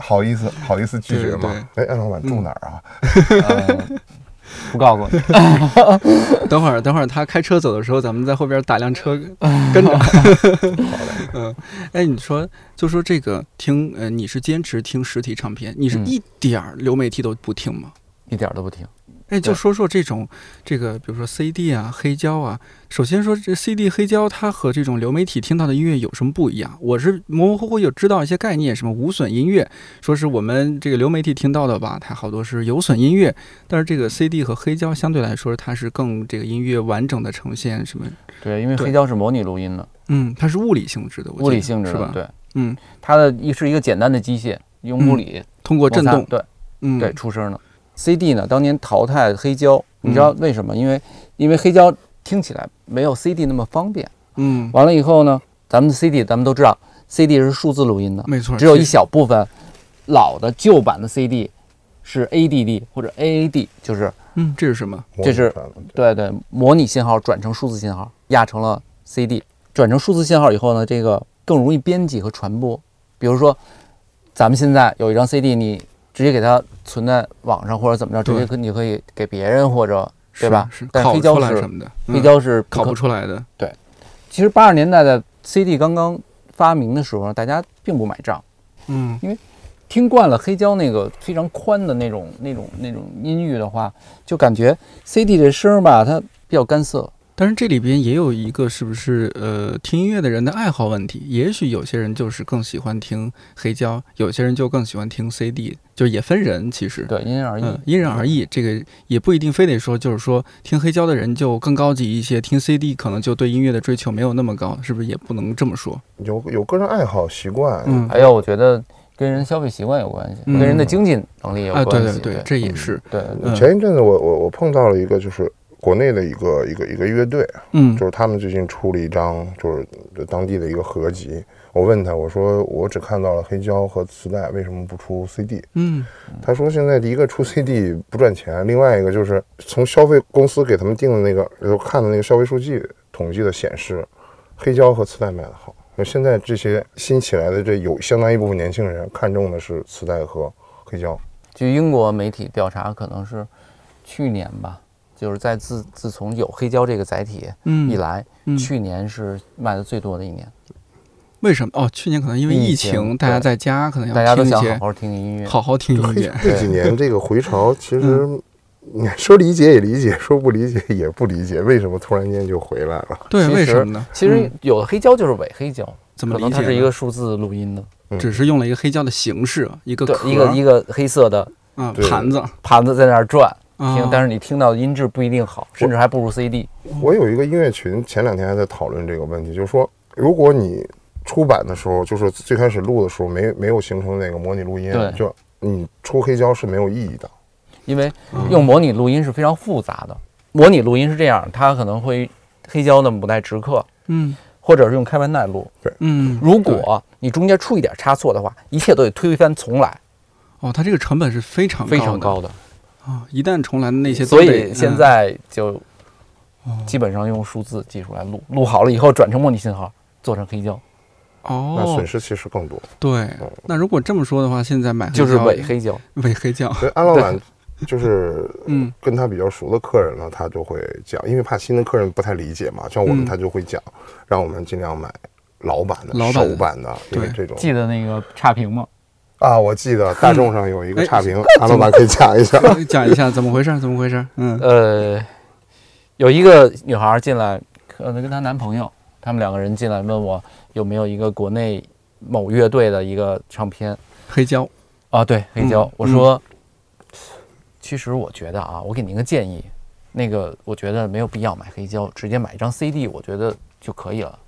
好意思好意思拒绝吗？哎，安老板嗯住哪儿啊？呃不告诉你。 [laughs] 等会儿，等会儿他开车走的时候，咱们在后边打辆车跟着。 [laughs] 嗯，哎，你说，就说这个听，呃，你是坚持听实体唱片，你是嗯一点儿流媒体都不听吗？一点儿都不听。哎，就对说说这种，这个比如说 CD 啊、黑胶啊。首先说这 CD、黑胶，它和这种流媒体听到的音乐有什么不一样？我是模模糊糊有知道一些概念，什么无损音乐，说是我们这个流媒体听到的吧，它好多是有损音乐，但是这个 CD 和黑胶相对来说，它是更这个音乐完整的呈现什么？对，因为对黑胶是模拟录音的，嗯，它是物理性质的，我记得物理性质是的吧？，对，嗯，它的一是一个简单的机械，用物理通过嗯摩震擦动，对嗯，对，出声的。CD 呢，当年淘汰黑胶，你知嗯道为什么？因为因为黑胶听起来没有 CD 那么方便。嗯，完了以后呢，咱们的 CD 咱们都知道，CD 是数字录音的，没错，只有其一实小部分老的旧版的 CD 是 ADD 或者 AAD，就是嗯，这是什么？我这是看了对对，模拟信号转成数字信号，压成了 CD，转成数字信号以后呢，这个更容易编辑和传播。比如说，咱们现在有一张 CD，你直接给它存在网上或者怎么着，直接对可你可以给别人或者是对吧是但烤黑胶出来是什么的，黑嗯胶是烤可不出来的，其实八十年代的 CD 刚刚发明的时候，大家并不买账，嗯听惯了黑胶那个非常宽的那种、那种、那种音域的话，就感觉 CD 这声儿吧，它比较干涩。但是这里边也有一个是不是呃听音乐的人的爱好问题？也许有些人就是更喜欢听黑胶，有些人就更喜欢听 CD，就是也分人其实。对，因人而异。嗯，因人而异，这个也不一定非得说，就是说听黑胶的人就更高级一些，听 CD 可能就对音乐的追求没有那么高，是不是也不能这么说？有有个人爱好习惯，嗯，还有，我觉得跟人消费习惯有关系，嗯跟人的经济能力有啊，关系。对对对，这也嗯是，对嗯前一阵子我我我碰到了一个就是国内的一个一个一个乐队，嗯就是他们最近出了一张就是当地的一个合集。我问他，我说我只看到了黑胶和磁带，为什么不出 CD？嗯他说现在一个出 CD 不赚钱，另外一个就是从消费公司给他们定的那个我看的那个消费数据统计的显示，黑胶和磁带卖得好。那现在这些新起来的这有相当一部分年轻人看中的是磁带和黑胶。据英国媒体调查，可能是去年吧，就是在自自从有黑胶这个载体嗯，以来，嗯去年是卖的最多的一年。为什么？哦，去年可能因为疫疫情情，大家对在家可能大家要都哎听一想些好好听听音乐。好好听音乐，这几年这个回潮，其实你说理解也理解，说不理解也不理解，为什么突然间就回来了？对，其为实什么呢？其实嗯有的黑胶就是伪黑胶，怎么可理能解它呢？是一个数字录音的，嗯只是用了一个黑胶的形式，一个对，壳，一个一个个黑色的啊对盘子，盘子在那儿转听啊，，但是你听到的音质不一定好，甚至还不如 CD。我有一个音乐群，前两天还在讨论这个问题，就是说，如果你出版的时候，就是最开始录的时候，没没有形成那个模拟录音对，就你出黑胶是没有意义的。因为嗯用模拟录音是非常复杂的。模拟录音是这样，它可能会黑胶的母带直刻，嗯或者是用开盘带录。嗯，如果你中间出一点差错的话，一切都得推翻重来，哦，它这个成本是非常非常高高的。的啊，一旦重来的那些都所得，以现嗯在就基本上用数字技术来录，录好了以后转成模拟信号，做成黑胶，那哦损，失其实更多。对，嗯那如果这么说的话，现在买黑就是胶伪黑胶。伪黑 [laughs] 胶，所以安老板就是嗯跟他比较熟的客人呢，他就会讲，因为怕新的客人不太理解嘛，像我嗯们他就会讲，让我们尽量买老版的、老版的首版的，因为对这种记得那个差评吗？啊，我记得大众上有一个哎差 [laughs] 评，安老板可以讲一下。讲一下怎么回事儿？怎么回事儿？嗯呃，有一个女孩进来，可能跟她男朋友，他们两个人进来问我有没有一个国内某乐队的一个唱片黑胶，啊，对，黑胶。嗯我说，其实我觉得啊，我给您个建议，那个我觉得没有必要买黑胶，直接买一张 CD，我觉得就可以了，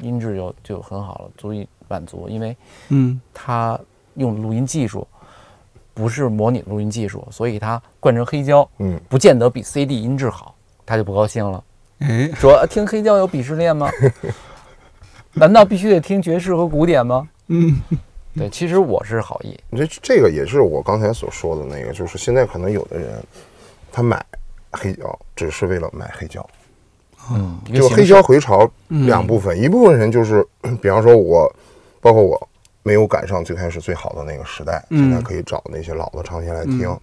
音质就就很好了，足以满足，因为嗯它用录音技术。不是模拟录音技术，所以它换成黑胶，嗯，不见得比 CD 音质好，他就不高兴了，哎，说呃听黑胶有鄙视链 [laughs] 吗？难道必须得听爵士和古典吗？嗯对，其实我是好意，这这个也是我刚才所说的那个，就是现在可能有的人他买黑胶只是为了买黑胶，嗯，一哦就个黑形式，胶回潮嗯两部分，一部分人就是，比方说我，包括我没有赶上最开始最好的那个时代，嗯现在可以找那些老的唱片来听。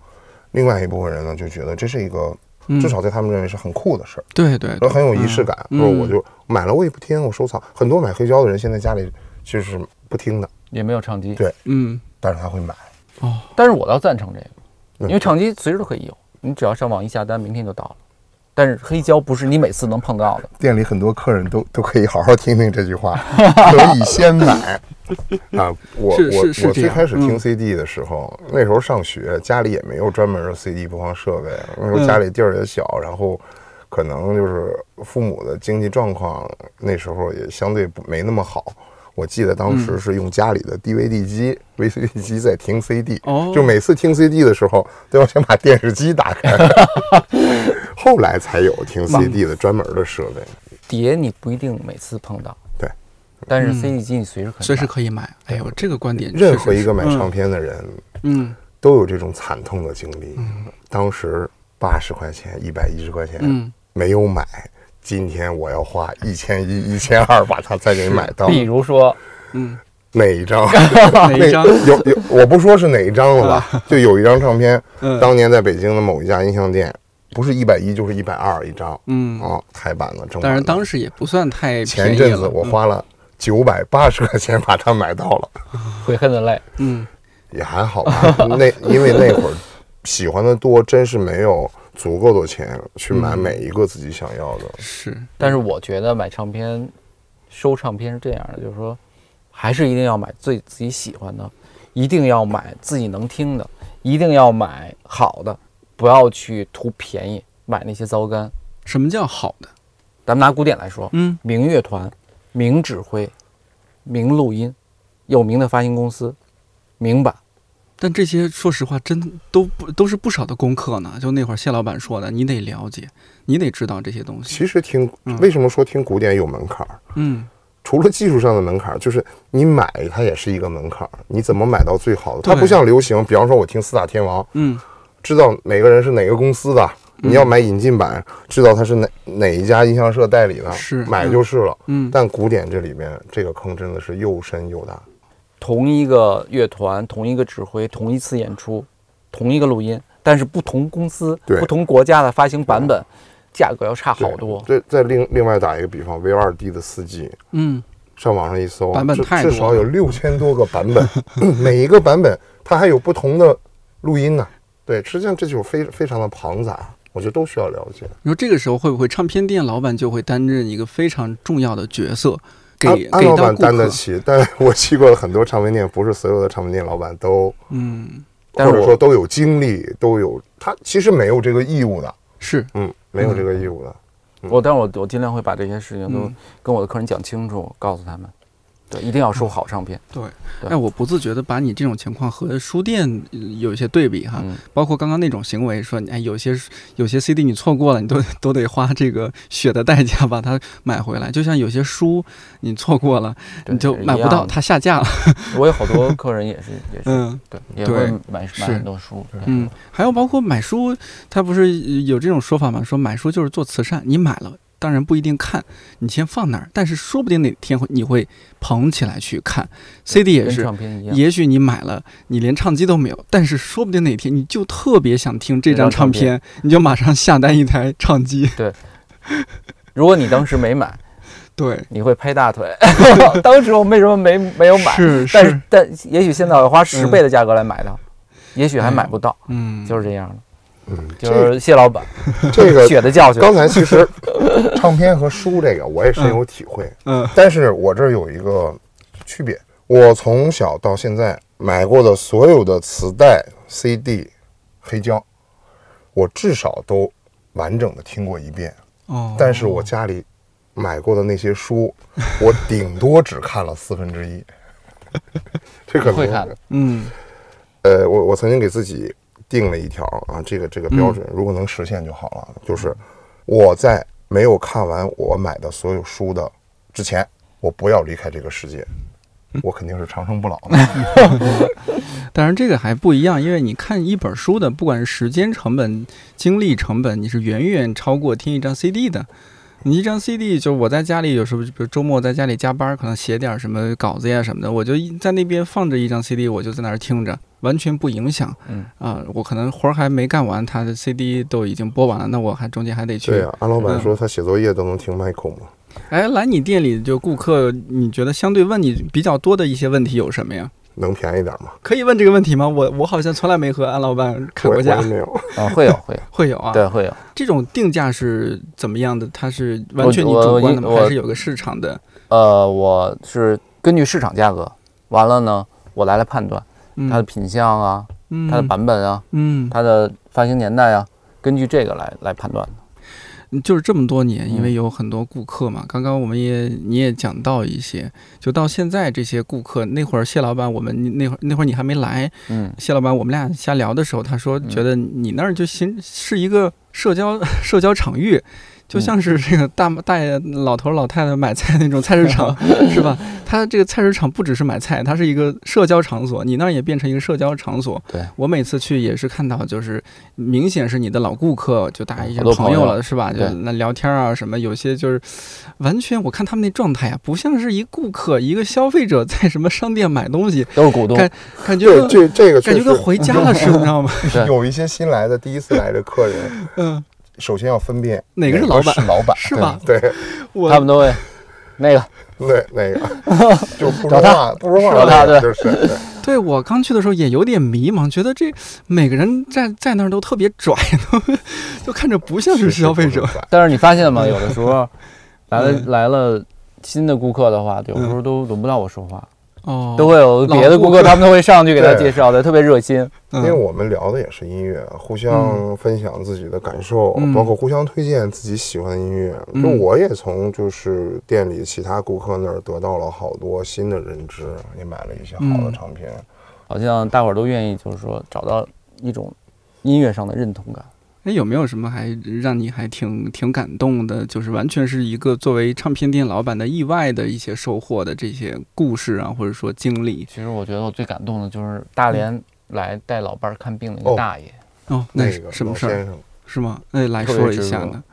另外一部分人呢，就觉得这是一个嗯至少在他们认为是很酷的事儿，对对然对后很有仪式感。嗯说我就买了，我也不听，我收藏。很多买黑胶的人现在家里其实是不听的，也没有唱机，对嗯但是他会买。哦，但是我倒赞成这个，因嗯为唱机随时都可以有，你只要上网一下单，明天就到了。但是黑胶不是你每次能碰到的，店里很多客人都都可以好好听听这 [laughs] 句话，可以先买。啊，我是是是我这我最样开始听嗯 CD 的时候，那时候上学，家里也没有专门的 CD 播放设备，那时嗯候家里地儿也小，然后可能就是父母的经济状况那时候也相对不没那么好。我记得当嗯时是用家里的 DVD 机、VCD 机在听 CD，、哦就每次听 CD 的时候都要先把电视机打 [laughs] 开，后来才有听 CD 的专门的设备。嗯碟你不一定每次碰到，对，嗯但是 CD 机你随时可以，随时，可以买。哎呦，这个观点任确何实一个是买嗯唱片的人嗯都有这种惨痛的经历。当时八十块钱、一百一十块钱、嗯没有买，今天我要花一千一、一千二把它再给买到。比如说嗯 [laughs] 哪一张？哪一张？啊 [laughs] 有有，我不说是哪一张了吧，就有一张唱片，嗯当年在北京的某一家音像店，不是一百一就是一百二一张嗯，啊，台版的正版的。但是当时也不算太便前宜阵子了我花了九百八十块钱把它买到了，悔恨的泪。嗯也还好吧。 [laughs] 那因为那会儿喜欢的多，真是没有足够的钱去买每一个自己想要的。是但是我觉得买唱片、收唱片是这样的，就是说，还是一定要买最自己喜欢的，一定要买自己能听的，一定要买好的，不要去图便宜买那些糟干。什么叫好的？咱们拿古典来说，嗯名乐团、名指挥、名录音、有名的发行公司、名版，但这些说实话，真都不都是不少的功课呢。就那会儿谢老板说的，你得了解，你得知道这些东西。其实听嗯为什么说听古典有门槛儿？嗯，除了技术上的门槛儿，就是你买它也是一个门槛儿。你怎么买到最好的？它对不像流行，比方说我听四大天王，嗯，知道每个人是哪个公司的。你要买引进版，知道它是哪哪一家音像社代理的，是买嗯就是了。嗯，但古典这里面这个坑真的是又深又大。同一个乐团、同一个指挥、同一次演出、同一个录音，但是不同公司、对不同国家的发行版本，价格要差好多。对，再另另外打一个比方，V 2 D 的四 G，嗯，上网上一搜，版本至太多至了少有六千多个版本， [laughs] 每一个版本它还有不同的录音呢。对，实际上这就是非非常的庞杂，我觉得都需要了解。你说这个时候会不会唱片店老板就会担任一个非常重要的角色，给安安给老到板顾担得客？起，但我去过很多唱片店，不是所有的唱片店老板都，嗯，但或是者我说都有精力，都有他其实没有这个义务的，是，嗯，没有这个义务的。我，但是我我尽量会把这些事情都嗯跟我的客人讲清楚，告诉他们，对，一定要收好唱片。对哎，我不自觉的把你这种情况和书店呃有一些对比哈，嗯，包括刚刚那种行为，说你哎，有些有些 CD 你错过了，你都 [laughs] 都得花这个血的代价把它买回来。就像有些书你错过了，对你嗯就买不到，。它下 [laughs] 架了。是一样的我有好多客人也是也是，嗯对，也对会买是买很多书。对嗯，还有包括买书，它不是有这种说法吗？说买书就是做慈善，你买了当然不一定看，你先放那儿，但是说不定哪天会你会捧起来去看。CD 也跟是，唱片一样。也许你买了，你连唱机都没有，但是说不定哪天你就特别想听这这张张唱唱片，你就马上下单一台唱机。如果你当时没买，对，你会拍大腿。 [laughs] 当时我为什么没没有买？是但是是，但也许现在我要花十倍的价格来买它，也许还买不到，嗯，就是是这样的，嗯，就是谢老板这 [laughs] 个血的教训。刚才其实唱片和书这个我也深有体会，嗯但是我这儿有一个区别，我从小到现在买过的所有的磁带、CD、黑胶，我至少都完整的听过一遍，哦，但是我家里买过的那些书，我顶多只看了四分 [laughs] 之一。这可能会看嗯呃，我我曾经给自己定了一条啊，这个这个标准，嗯如果能实现就好了。就是我在没有看完我买的所有书的之前，我不要离开这个世界，嗯我肯定是长生不老的。当然，这个还不一样，因为你看一本书的，不管是时间成本、精力成本，你是远远超过听一张 CD 的。你一张 CD，就我在家里有时候，比如周末在家里加班，可能写点什么稿子呀什么的，我就一在那边放着一张 CD，我就在那儿听着，完全不影响。嗯啊、我可能活儿还没干完，他的 CD 都已经播完了，那我还中间还得去。对啊，安老板嗯说他写作业都能听 Michael 嘛，哎，来你店里就顾客，你觉得相对问你比较多的一些问题有什么呀？能便宜点吗？可以问这个问题吗？我我好像从来没和安老板砍我过也价我也，没有。啊，会有会有， [laughs] 会有啊。对，会有。这种定价是怎么样的？它是完我全你我主观一的吗？我还是有个市场的？呃，我是根据市场价格，完了呢，我来来判断嗯，它的品相啊，嗯它的版本啊，嗯，它的发行年代啊，根据这个来来判断的。就是这么多年，因为嗯有很多顾客嘛。刚刚我们也你也讲到一些，就到现在这些顾客，那会儿谢老板，我们那会儿那会儿你还没来，嗯，谢老板，我们俩瞎聊的时候，他说嗯觉得你那儿就行是一个社交社交场域。嗯就像是这个大大爷、老头、老太太买菜那种菜市 [laughs] 场，是吧？它这个菜市场不只是买菜，它是一个社交场所。你那儿也变成一个社交场所。对我每次去也是看到，就是明显是你的老顾客，就大家一些好多朋友友了，是吧？就对那聊天啊什么，有些就是完全我看他们那状态啊，不像是一顾客、一个消费者在什么商店买东西，都是股东，看感觉 [laughs] 跟这这这个感觉确实跟回家了似的，你知道吗？对有一些新来的、第一次来的客人， [laughs] 嗯，首先要分辨哪个是是老板老 [laughs] 板 [laughs] 是吧？对，我他们都会那个对，那个 [laughs] 就不说话，不说话，找他对就是对对我刚去的时候也有点迷茫，觉得这每个人站在那儿都特别拽，都 [laughs] 就看着不像是消费者。。但是你发现吗？嗯有的时候来了来了新的顾客的话，有嗯时候都轮不到我说话，哦，都会有别的顾老顾客客，他们都会上去给他对介绍的，特别热心。因为嗯我们聊的也是音乐，互相分享自己的感受，嗯包括互相推荐自己喜欢的音乐。嗯就我也从就是店里其他顾客那儿得到了好多新的认知，也买了一些好的嗯唱片。好像大伙儿都愿意，就是说找到一种音乐上的认同感。哎，有没有什么还让你还挺挺感动的？就是完全是一个作为唱片店老板的意外的一些收获的这些故事啊，或者说经历其实我觉得我最感动的就是大连来带老伴儿看病的一哦个大爷，哦，那那是个什老么事先儿生，是吗？哎，来特别说一执下着呢。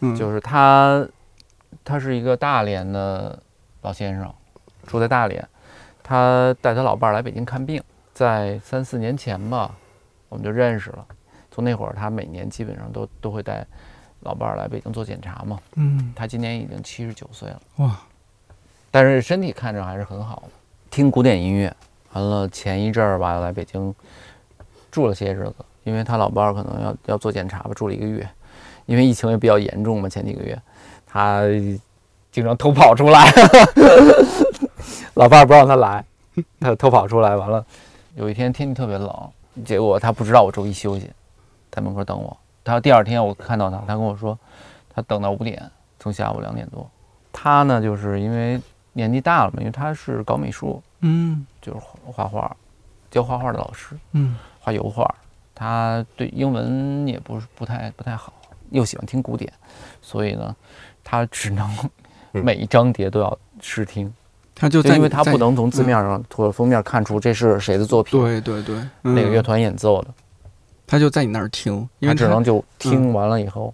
嗯，就是他，他是一个大连的老先生，住在大连，他带他老伴儿来北京看病，在三四年前吧，我们就认识了。从那会儿，他每年基本上都都会带老伴儿来北京做检查嘛。嗯，他今年已经七十九岁了。哇，但是身体看着还是很好的。听古典音乐，完了前一阵儿吧来北京住了些日子，因为他老伴儿可能要要做检查吧，住了一个月，因为疫情也比较严重嘛，前几个月他经常偷跑出来，老伴儿不让他来，他偷跑出来，完了有一天天气特别冷，结果他不知道我周一休息，在门口等我。他第二天我看到他，他跟我说他等到五点，从下午两点多。他呢，就是因为年纪大了嘛，因为他是搞美术，嗯就是画画，教画画的老师，嗯画油画。他对英文也不是不太不太好，又喜欢听古典，所以呢，他只 [laughs] 能嗯每一张碟都要试听，他就就在因为他在不能从字面上或者封面看出这是谁的作品，对对嗯对那哪个乐，团演奏的，他就在你那儿听，因为他只他嗯能就听完了以后，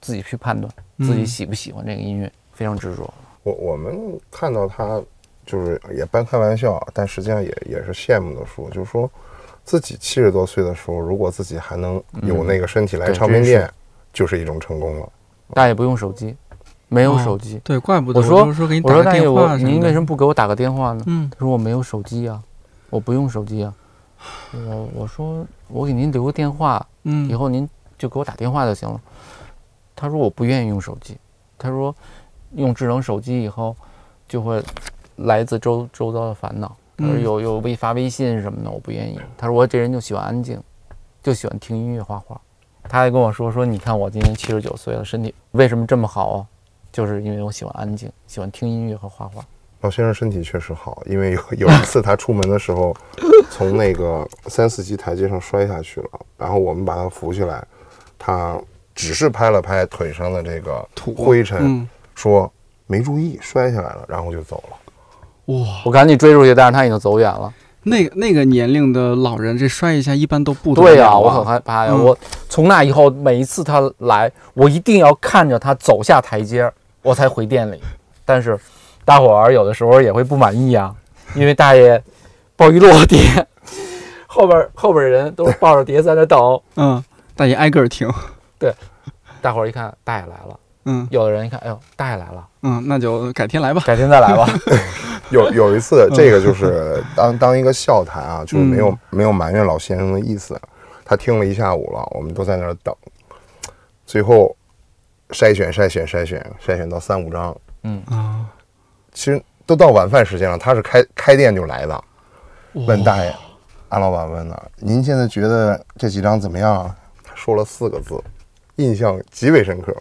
自己去判断自嗯己喜不喜欢这个音乐，非常执着。我我们看到他，就是也半开玩笑，但实际上也也是羡慕的说，就是说自己七十多岁的时候，如果自己还能嗯有那个身体来对唱片真是店，就是一种成功了。大爷不用手机，没有哦手机，对，怪不得我说就说给你我打个说大爷，电话我什么您的为什么不给我打个电话呢？嗯他说我没有手机啊，我不用手机啊。我我说我给您留个电话，嗯，以后您就给我打电话就行了。他说我不愿意用手机，他说用智能手机以后就会来自周周遭的烦恼。他说嗯有有微发微信什么的，我不愿意。他说我这人就喜欢安静，就喜欢听音乐、画画。他还跟我说说，你看我今年七十九岁了，身体为什么这么好啊？就是因为我喜欢安静，喜欢听音乐和画画。老先生身体确实好，因为有 [laughs] 有一次他出门的时候，从那个三四级台阶上摔下去了，然后我们把他扶起来，他只是拍了拍腿上的这个土灰尘，嗯说没注意摔下来了，然后就走了。哇，我赶紧追出去，但是他已经走远了。那个那个年龄的老人，这摔一下一般都不得对呀、了我很害怕呀、嗯我从那以后，每一次他来，我一定要看着他走下台阶儿，我才回店里。但是，大伙儿有的时候也会不满意啊，因为大爷抱一摞碟， [laughs] 后边儿后边儿人都是抱着碟在那等。嗯，大爷挨个儿听，大伙儿一看大爷来了，嗯有的人一看，哎呦，大爷来 [laughs] 了，嗯，那就改天来吧，改天再来吧。有有一次，这个就是当当一个笑谈啊，就是没有、没有埋怨老先生的意思。他听了一下午了，我们都在那儿等，最后筛选筛选筛选筛选到三五张，嗯，啊，其实都到晚饭时间了，他是开开店就来的，问大爷，安老板问的，您现在觉得这几张怎么样啊？他说了四个字，印象极为深刻。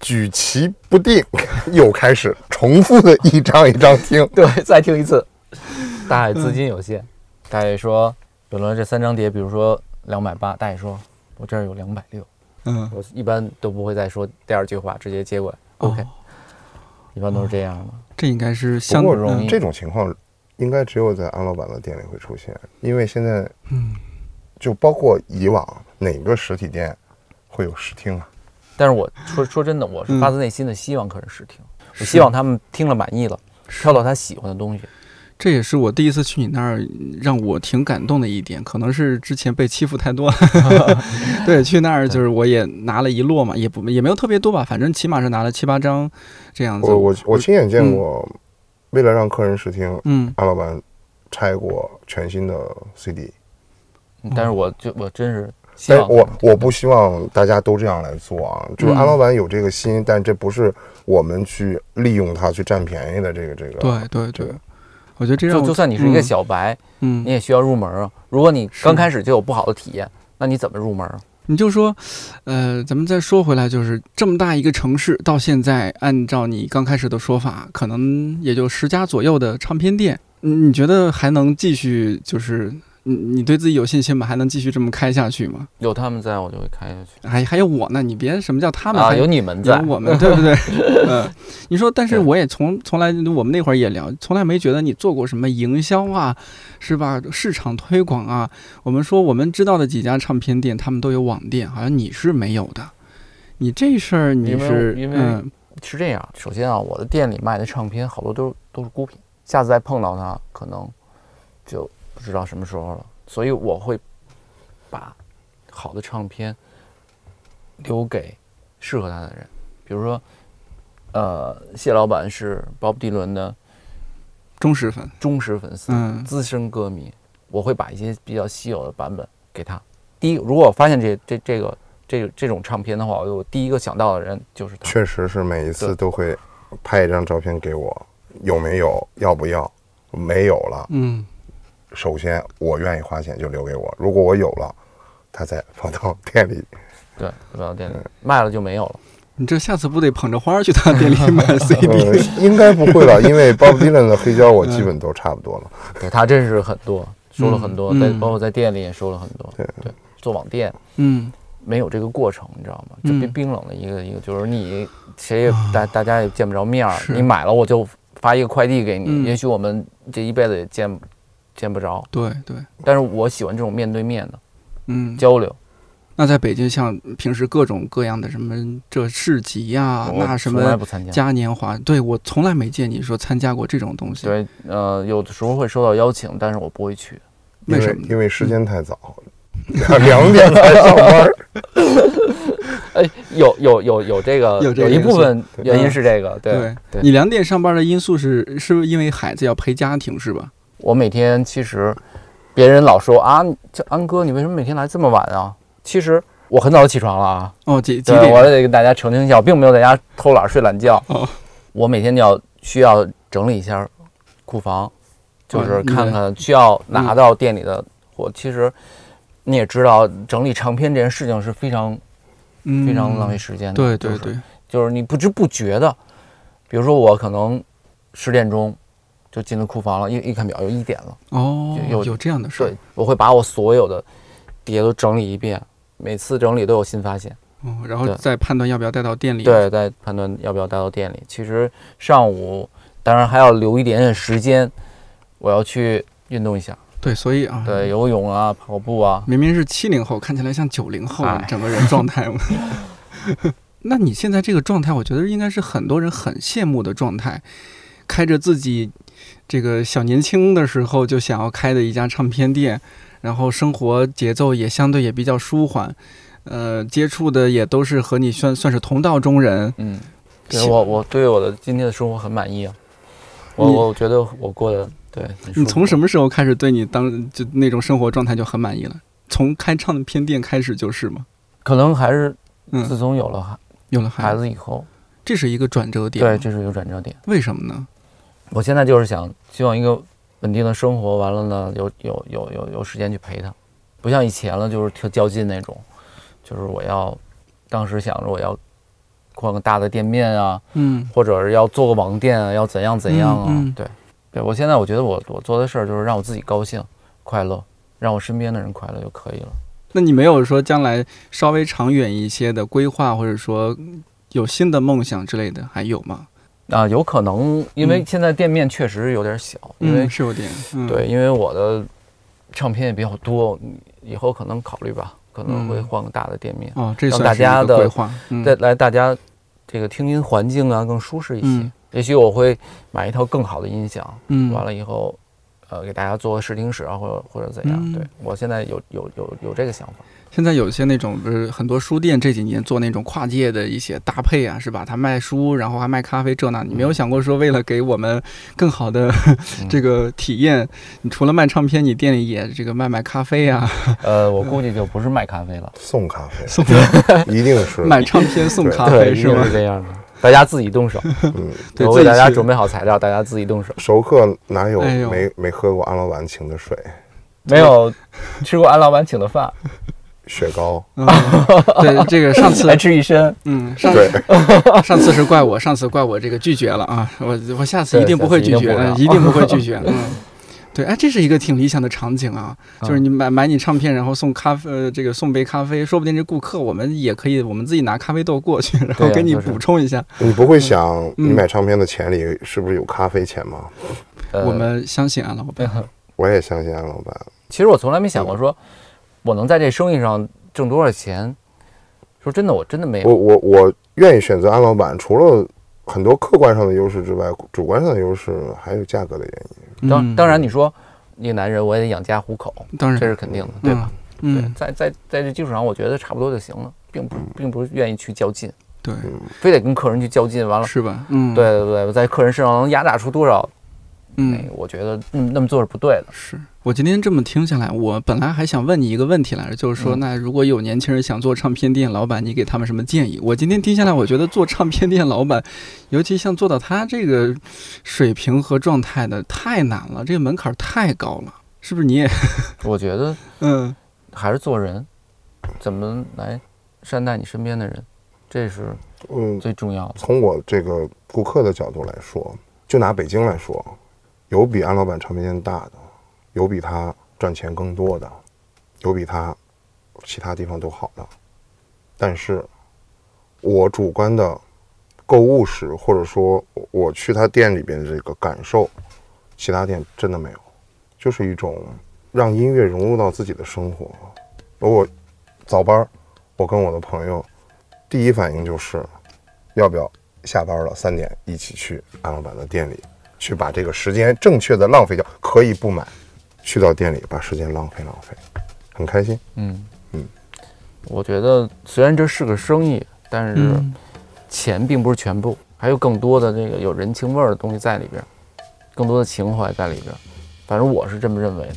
举棋不定， [laughs] 又开始重复的一张一张听。对，再听一次。大爷资金有嗯限，大爷说，比如说这三张碟，比如说两百八，大爷说我这儿有两百六，嗯我一般都不会再说第二句话，直接接过来。OK，哦一般都是这样的。这应该是不相嗯过容易这种情况应该只有在安老板的店里会出现，因为现在嗯就包括以往哪个实体店会有试听啊？但是我说说真的，我是嗯发自内心的希望客人试听，我是希望他们听了满意了，是挑到他喜欢的东西。这也是我第一次去你那儿，嗯让我挺感动的一点，可能是之前被欺负太多 [laughs] 了。对，去那儿就是我也拿了一摞嘛，也不也没有特别多吧，反正起码是拿了七八张这样子。我我我亲眼见嗯过，为了让客人试听，嗯安老板拆过全新的 CD，嗯但是我就我真是希但望是我我不希望大家都这样来做啊，就是嗯安老板有这个心，但这不是我们去利用它去占便宜的这个这个。对对对，我觉得这让就我就算你是一个嗯小白，嗯你也需要入门啊。如果你是刚开始就有不好的体验，那你怎么入门啊？你就说，呃，咱们再说回来，就是这么大一个城市，到现在，按照你刚开始的说法，可能也就十家左右的唱片店，你你觉得还能继续就是？你你对自己有信心吗？还能继续这么开下去吗？有他们在我就会开下去。还还有我呢，你别什么叫他们，啊，还有你们有在，我们，对不 [laughs] 对？嗯，你说，但是对我也从从来，我们那会儿也聊，从来没觉得你做过什么营销啊，是吧？市场推广啊，我们说我们知道的几家唱片店，他们都有网店，好像你是没有的。你这事儿你因为是因为嗯是这样。首先啊，我的店里卖的唱片好多都是都是孤品，下次再碰到它，可能就不知道什么时候了。所以我会把好的唱片留给适合他的人，比如说，呃，谢老板是鲍勃迪伦的忠实粉，忠实粉丝，嗯资深歌迷，我会把一些比较稀有的版本给他。第一，如果我发现这这这个这这种唱片的话，我我第一个想到的人就是他。确实是每一次对都会拍一张照片给我，有没有？要不要？没有了，嗯，首先我愿意花钱就留给我，如果我有了，他再放到 [laughs] 店里。对，不到店里卖了就没有了。你这下次不得捧着花儿去他店 [laughs] 里买呃嗯 CD？，应该不 [laughs] 会了，因为 Bob Dylan 的黑胶我基本都差不多了。对他真是很多，收了很多，在嗯包括在店里也收了很多。对对，做网店嗯，没有这个过程，你知道吗？就嗯啊冰冰冷的一个一个，就是你谁也大大家也见不着面儿，是你买了我就发一个快递给嗯你，也许我们这一辈子也见见不着。对对，但是我喜欢这种面对面的嗯。交流。那在北京，像平时各种各样的什么这市集呀、我啊那什从来么不参加。嘉年华，对我从来没见你说参加过这种东西。对，呃，有的时候会收到邀请，但是我不 [laughs] 会去。为因什为么？因为时间太早，两点才上班儿。 [laughs] 哎，有有有有这个，有这个一因部素分对原因是这个。对，对你两点上班的因素是，是不是因为孩子要陪家庭是吧？我每天其实，别人老说啊，这安哥，你为什么每天来这么晚啊？其实我很早起床了啊。哦，几几对，我点？得跟大家澄清一下，我并没有在家偷懒睡懒觉。哦我每天要需要整理一下库房，就是哦嗯你看看需要拿到店里的货。其实你也知道，整理唱片这件事情是非常嗯，非常浪费时间的。对就对是对，就是你不知不觉的，比如说我可能十点钟就进了库房了，一一看表就一点了。哦，就有有这样的事儿对。，我会把我所有的碟都整理一遍，每次整理都有新发现。哦，然后对再判断要不要带到店里。，对，在判断要不要带到店里。其实上午当然还要留一点点时间，我要去运动一下，对，所以啊，对，，游泳啊，跑步啊。明明是七零后，看起来像九零后啊，哎整个人状态。 [laughs] 那你现在这个状态，我觉得应该是很多人很羡慕的状态，开着自己这个小年轻的时候就想要开的一家唱片店，然后生活节奏也相对也比较舒缓，呃，接触的也都是和你算算是同道中人。嗯，对行我我对我的今天的生活很满意啊，我你我觉得我过得对。很你舒从服什么时候开始对你当就那种生活状态就很满意了？从开唱片店开始就是吗？可能还是自嗯，从有了有了孩孩子，子以后，这是一个转折点吗。对，这是一个转折点。为什么呢？我现在就是想希望一个稳定的生活，完了呢，有有有有有时间去陪他，不像以前了，就是特较劲那种，就是我要当时想着我要换个大的店面啊，嗯，或者是要做个网店啊，要怎样怎样啊，嗯嗯对，对我现在我觉得我我做的事儿就是让我自己高兴、快乐，让我身边的人快乐就可以了。那你没有说将来稍微长远一些的规划，或者说有新的梦想之类的，还有吗？啊，有可能，因为嗯现在店面确实有点小，因为嗯、是有点，嗯、对，因为我的唱片也比较多，以后可能考虑吧，可能会嗯换个大的店面，哦，这让算大是一家个的规划，嗯，再来大家这个听音环境啊更舒适一些。嗯也许我会买一套更好的音响，嗯，完了以后，呃，给大家做个试听室啊，或者或者怎样？嗯对我现在有有有有这个想法。现在有些那种，就是很多书店这几年做那种跨界的一些搭配啊，是吧？他卖书，然后还卖咖啡，这那。你没有想过说，为了给我们更好的 [laughs] 嗯这个体验，你除了卖唱片，你店里也这个卖卖咖啡 [laughs] 啊，呃，我估计就不是卖咖啡了，送咖啡，嗯送 [laughs] 一定 [laughs] 是买唱片送咖啡对，一是定吗是？这样的，大家自己 [laughs] 动手。嗯，对我自为己大家去准备好材料，大家自己动手。熟客哪有哎呦没没喝过安老板请的水、没有吃过安老板请的饭，雪糕？嗯，对，这个上次还吃一身。嗯，上对， [laughs] 上次是怪我，上次怪我这个拒绝了啊！我我下次一定不会拒绝，对下嗯次一一定定不不啊 [laughs] 会拒绝。嗯，对，哎，这是一个挺理想的场景啊，嗯就是你买买你唱片，然后送咖啡，呃，这个送杯咖啡，说不定这顾客我们也可以，我们自己拿咖啡豆过去，然后对啊给你就是补充一下。你不会想你嗯买唱片的钱里是不是有咖啡钱吗？呃我们相信啊安老板，我也相信安老板，其实我从来没想过说，我能在这生意上挣多少钱。说真的，我真的没我有。我我愿意选择安老板，除了很多客观上的优势之外，主观上的优势还有价格的原因。当嗯当然，你说一个男人，我也得养家糊口，当然这是肯定的，对吧？？嗯对嗯，，在在在这基础上，我觉得差不多就行了，并不并不是愿意去较劲，对，非得跟客人去较劲。完了，是吧？嗯，对，对对，在客人身上能压榨出多少，那嗯个，我觉得嗯那么做是不对的。是我今天这么听下来，我本来还想问你一个问题来着，就是说，嗯那如果有年轻人想做唱片店老板，你给他们什么建议？我今天听下来，我觉得做唱片店老板，尤其像做到他这个水平和状态的，太难了，这个门槛太高了，是不是？你也，我觉得嗯还是做人，怎么来善待你身边的人，这是嗯，最重要的。从我这个顾客的角度来说，就拿北京来说，有比安老板唱片店大的，有比他赚钱更多的，有比他其他地方都好的。但是，我主观的购物时，或者说我我去他店里边的这个感受，其他店真的没有，就是一种让音乐融入到自己的生活。我早班儿，我跟我的朋友第一反应就是要不要下班了三点一起去安老板的店里，去把这个时间正确的浪费掉，可以不买，去到店里把时间浪费浪费，很开心。嗯嗯，我觉得虽然这是个生意，但是嗯钱并不是全部，还有更多的这个有人情味儿的东西在里边儿，更多的情怀在里边儿。反正我是这么认为的。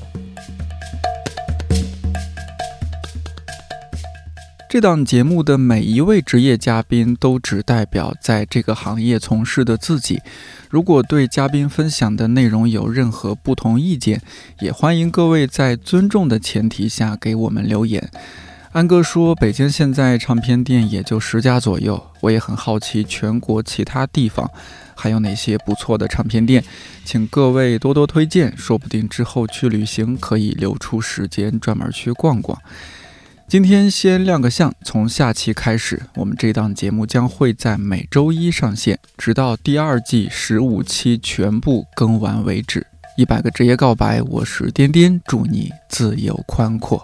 这档节目的每一位职业嘉宾都只代表在这个行业从事的自己。如果对嘉宾分享的内容有任何不同意见，也欢迎各位在尊重的前提下给我们留言。安哥说，北京现在唱片店也就十家左右，我也很好奇全国其他地方还有哪些不错的唱片店，请各位多多推荐，说不定之后去旅行可以留出时间专门去逛逛。今天先亮个相，从下期开始，我们这档节目将会在每周一上线，直到第二季十五期全部更完为止。一百个职业告白，我是颠颠，祝你自由宽阔。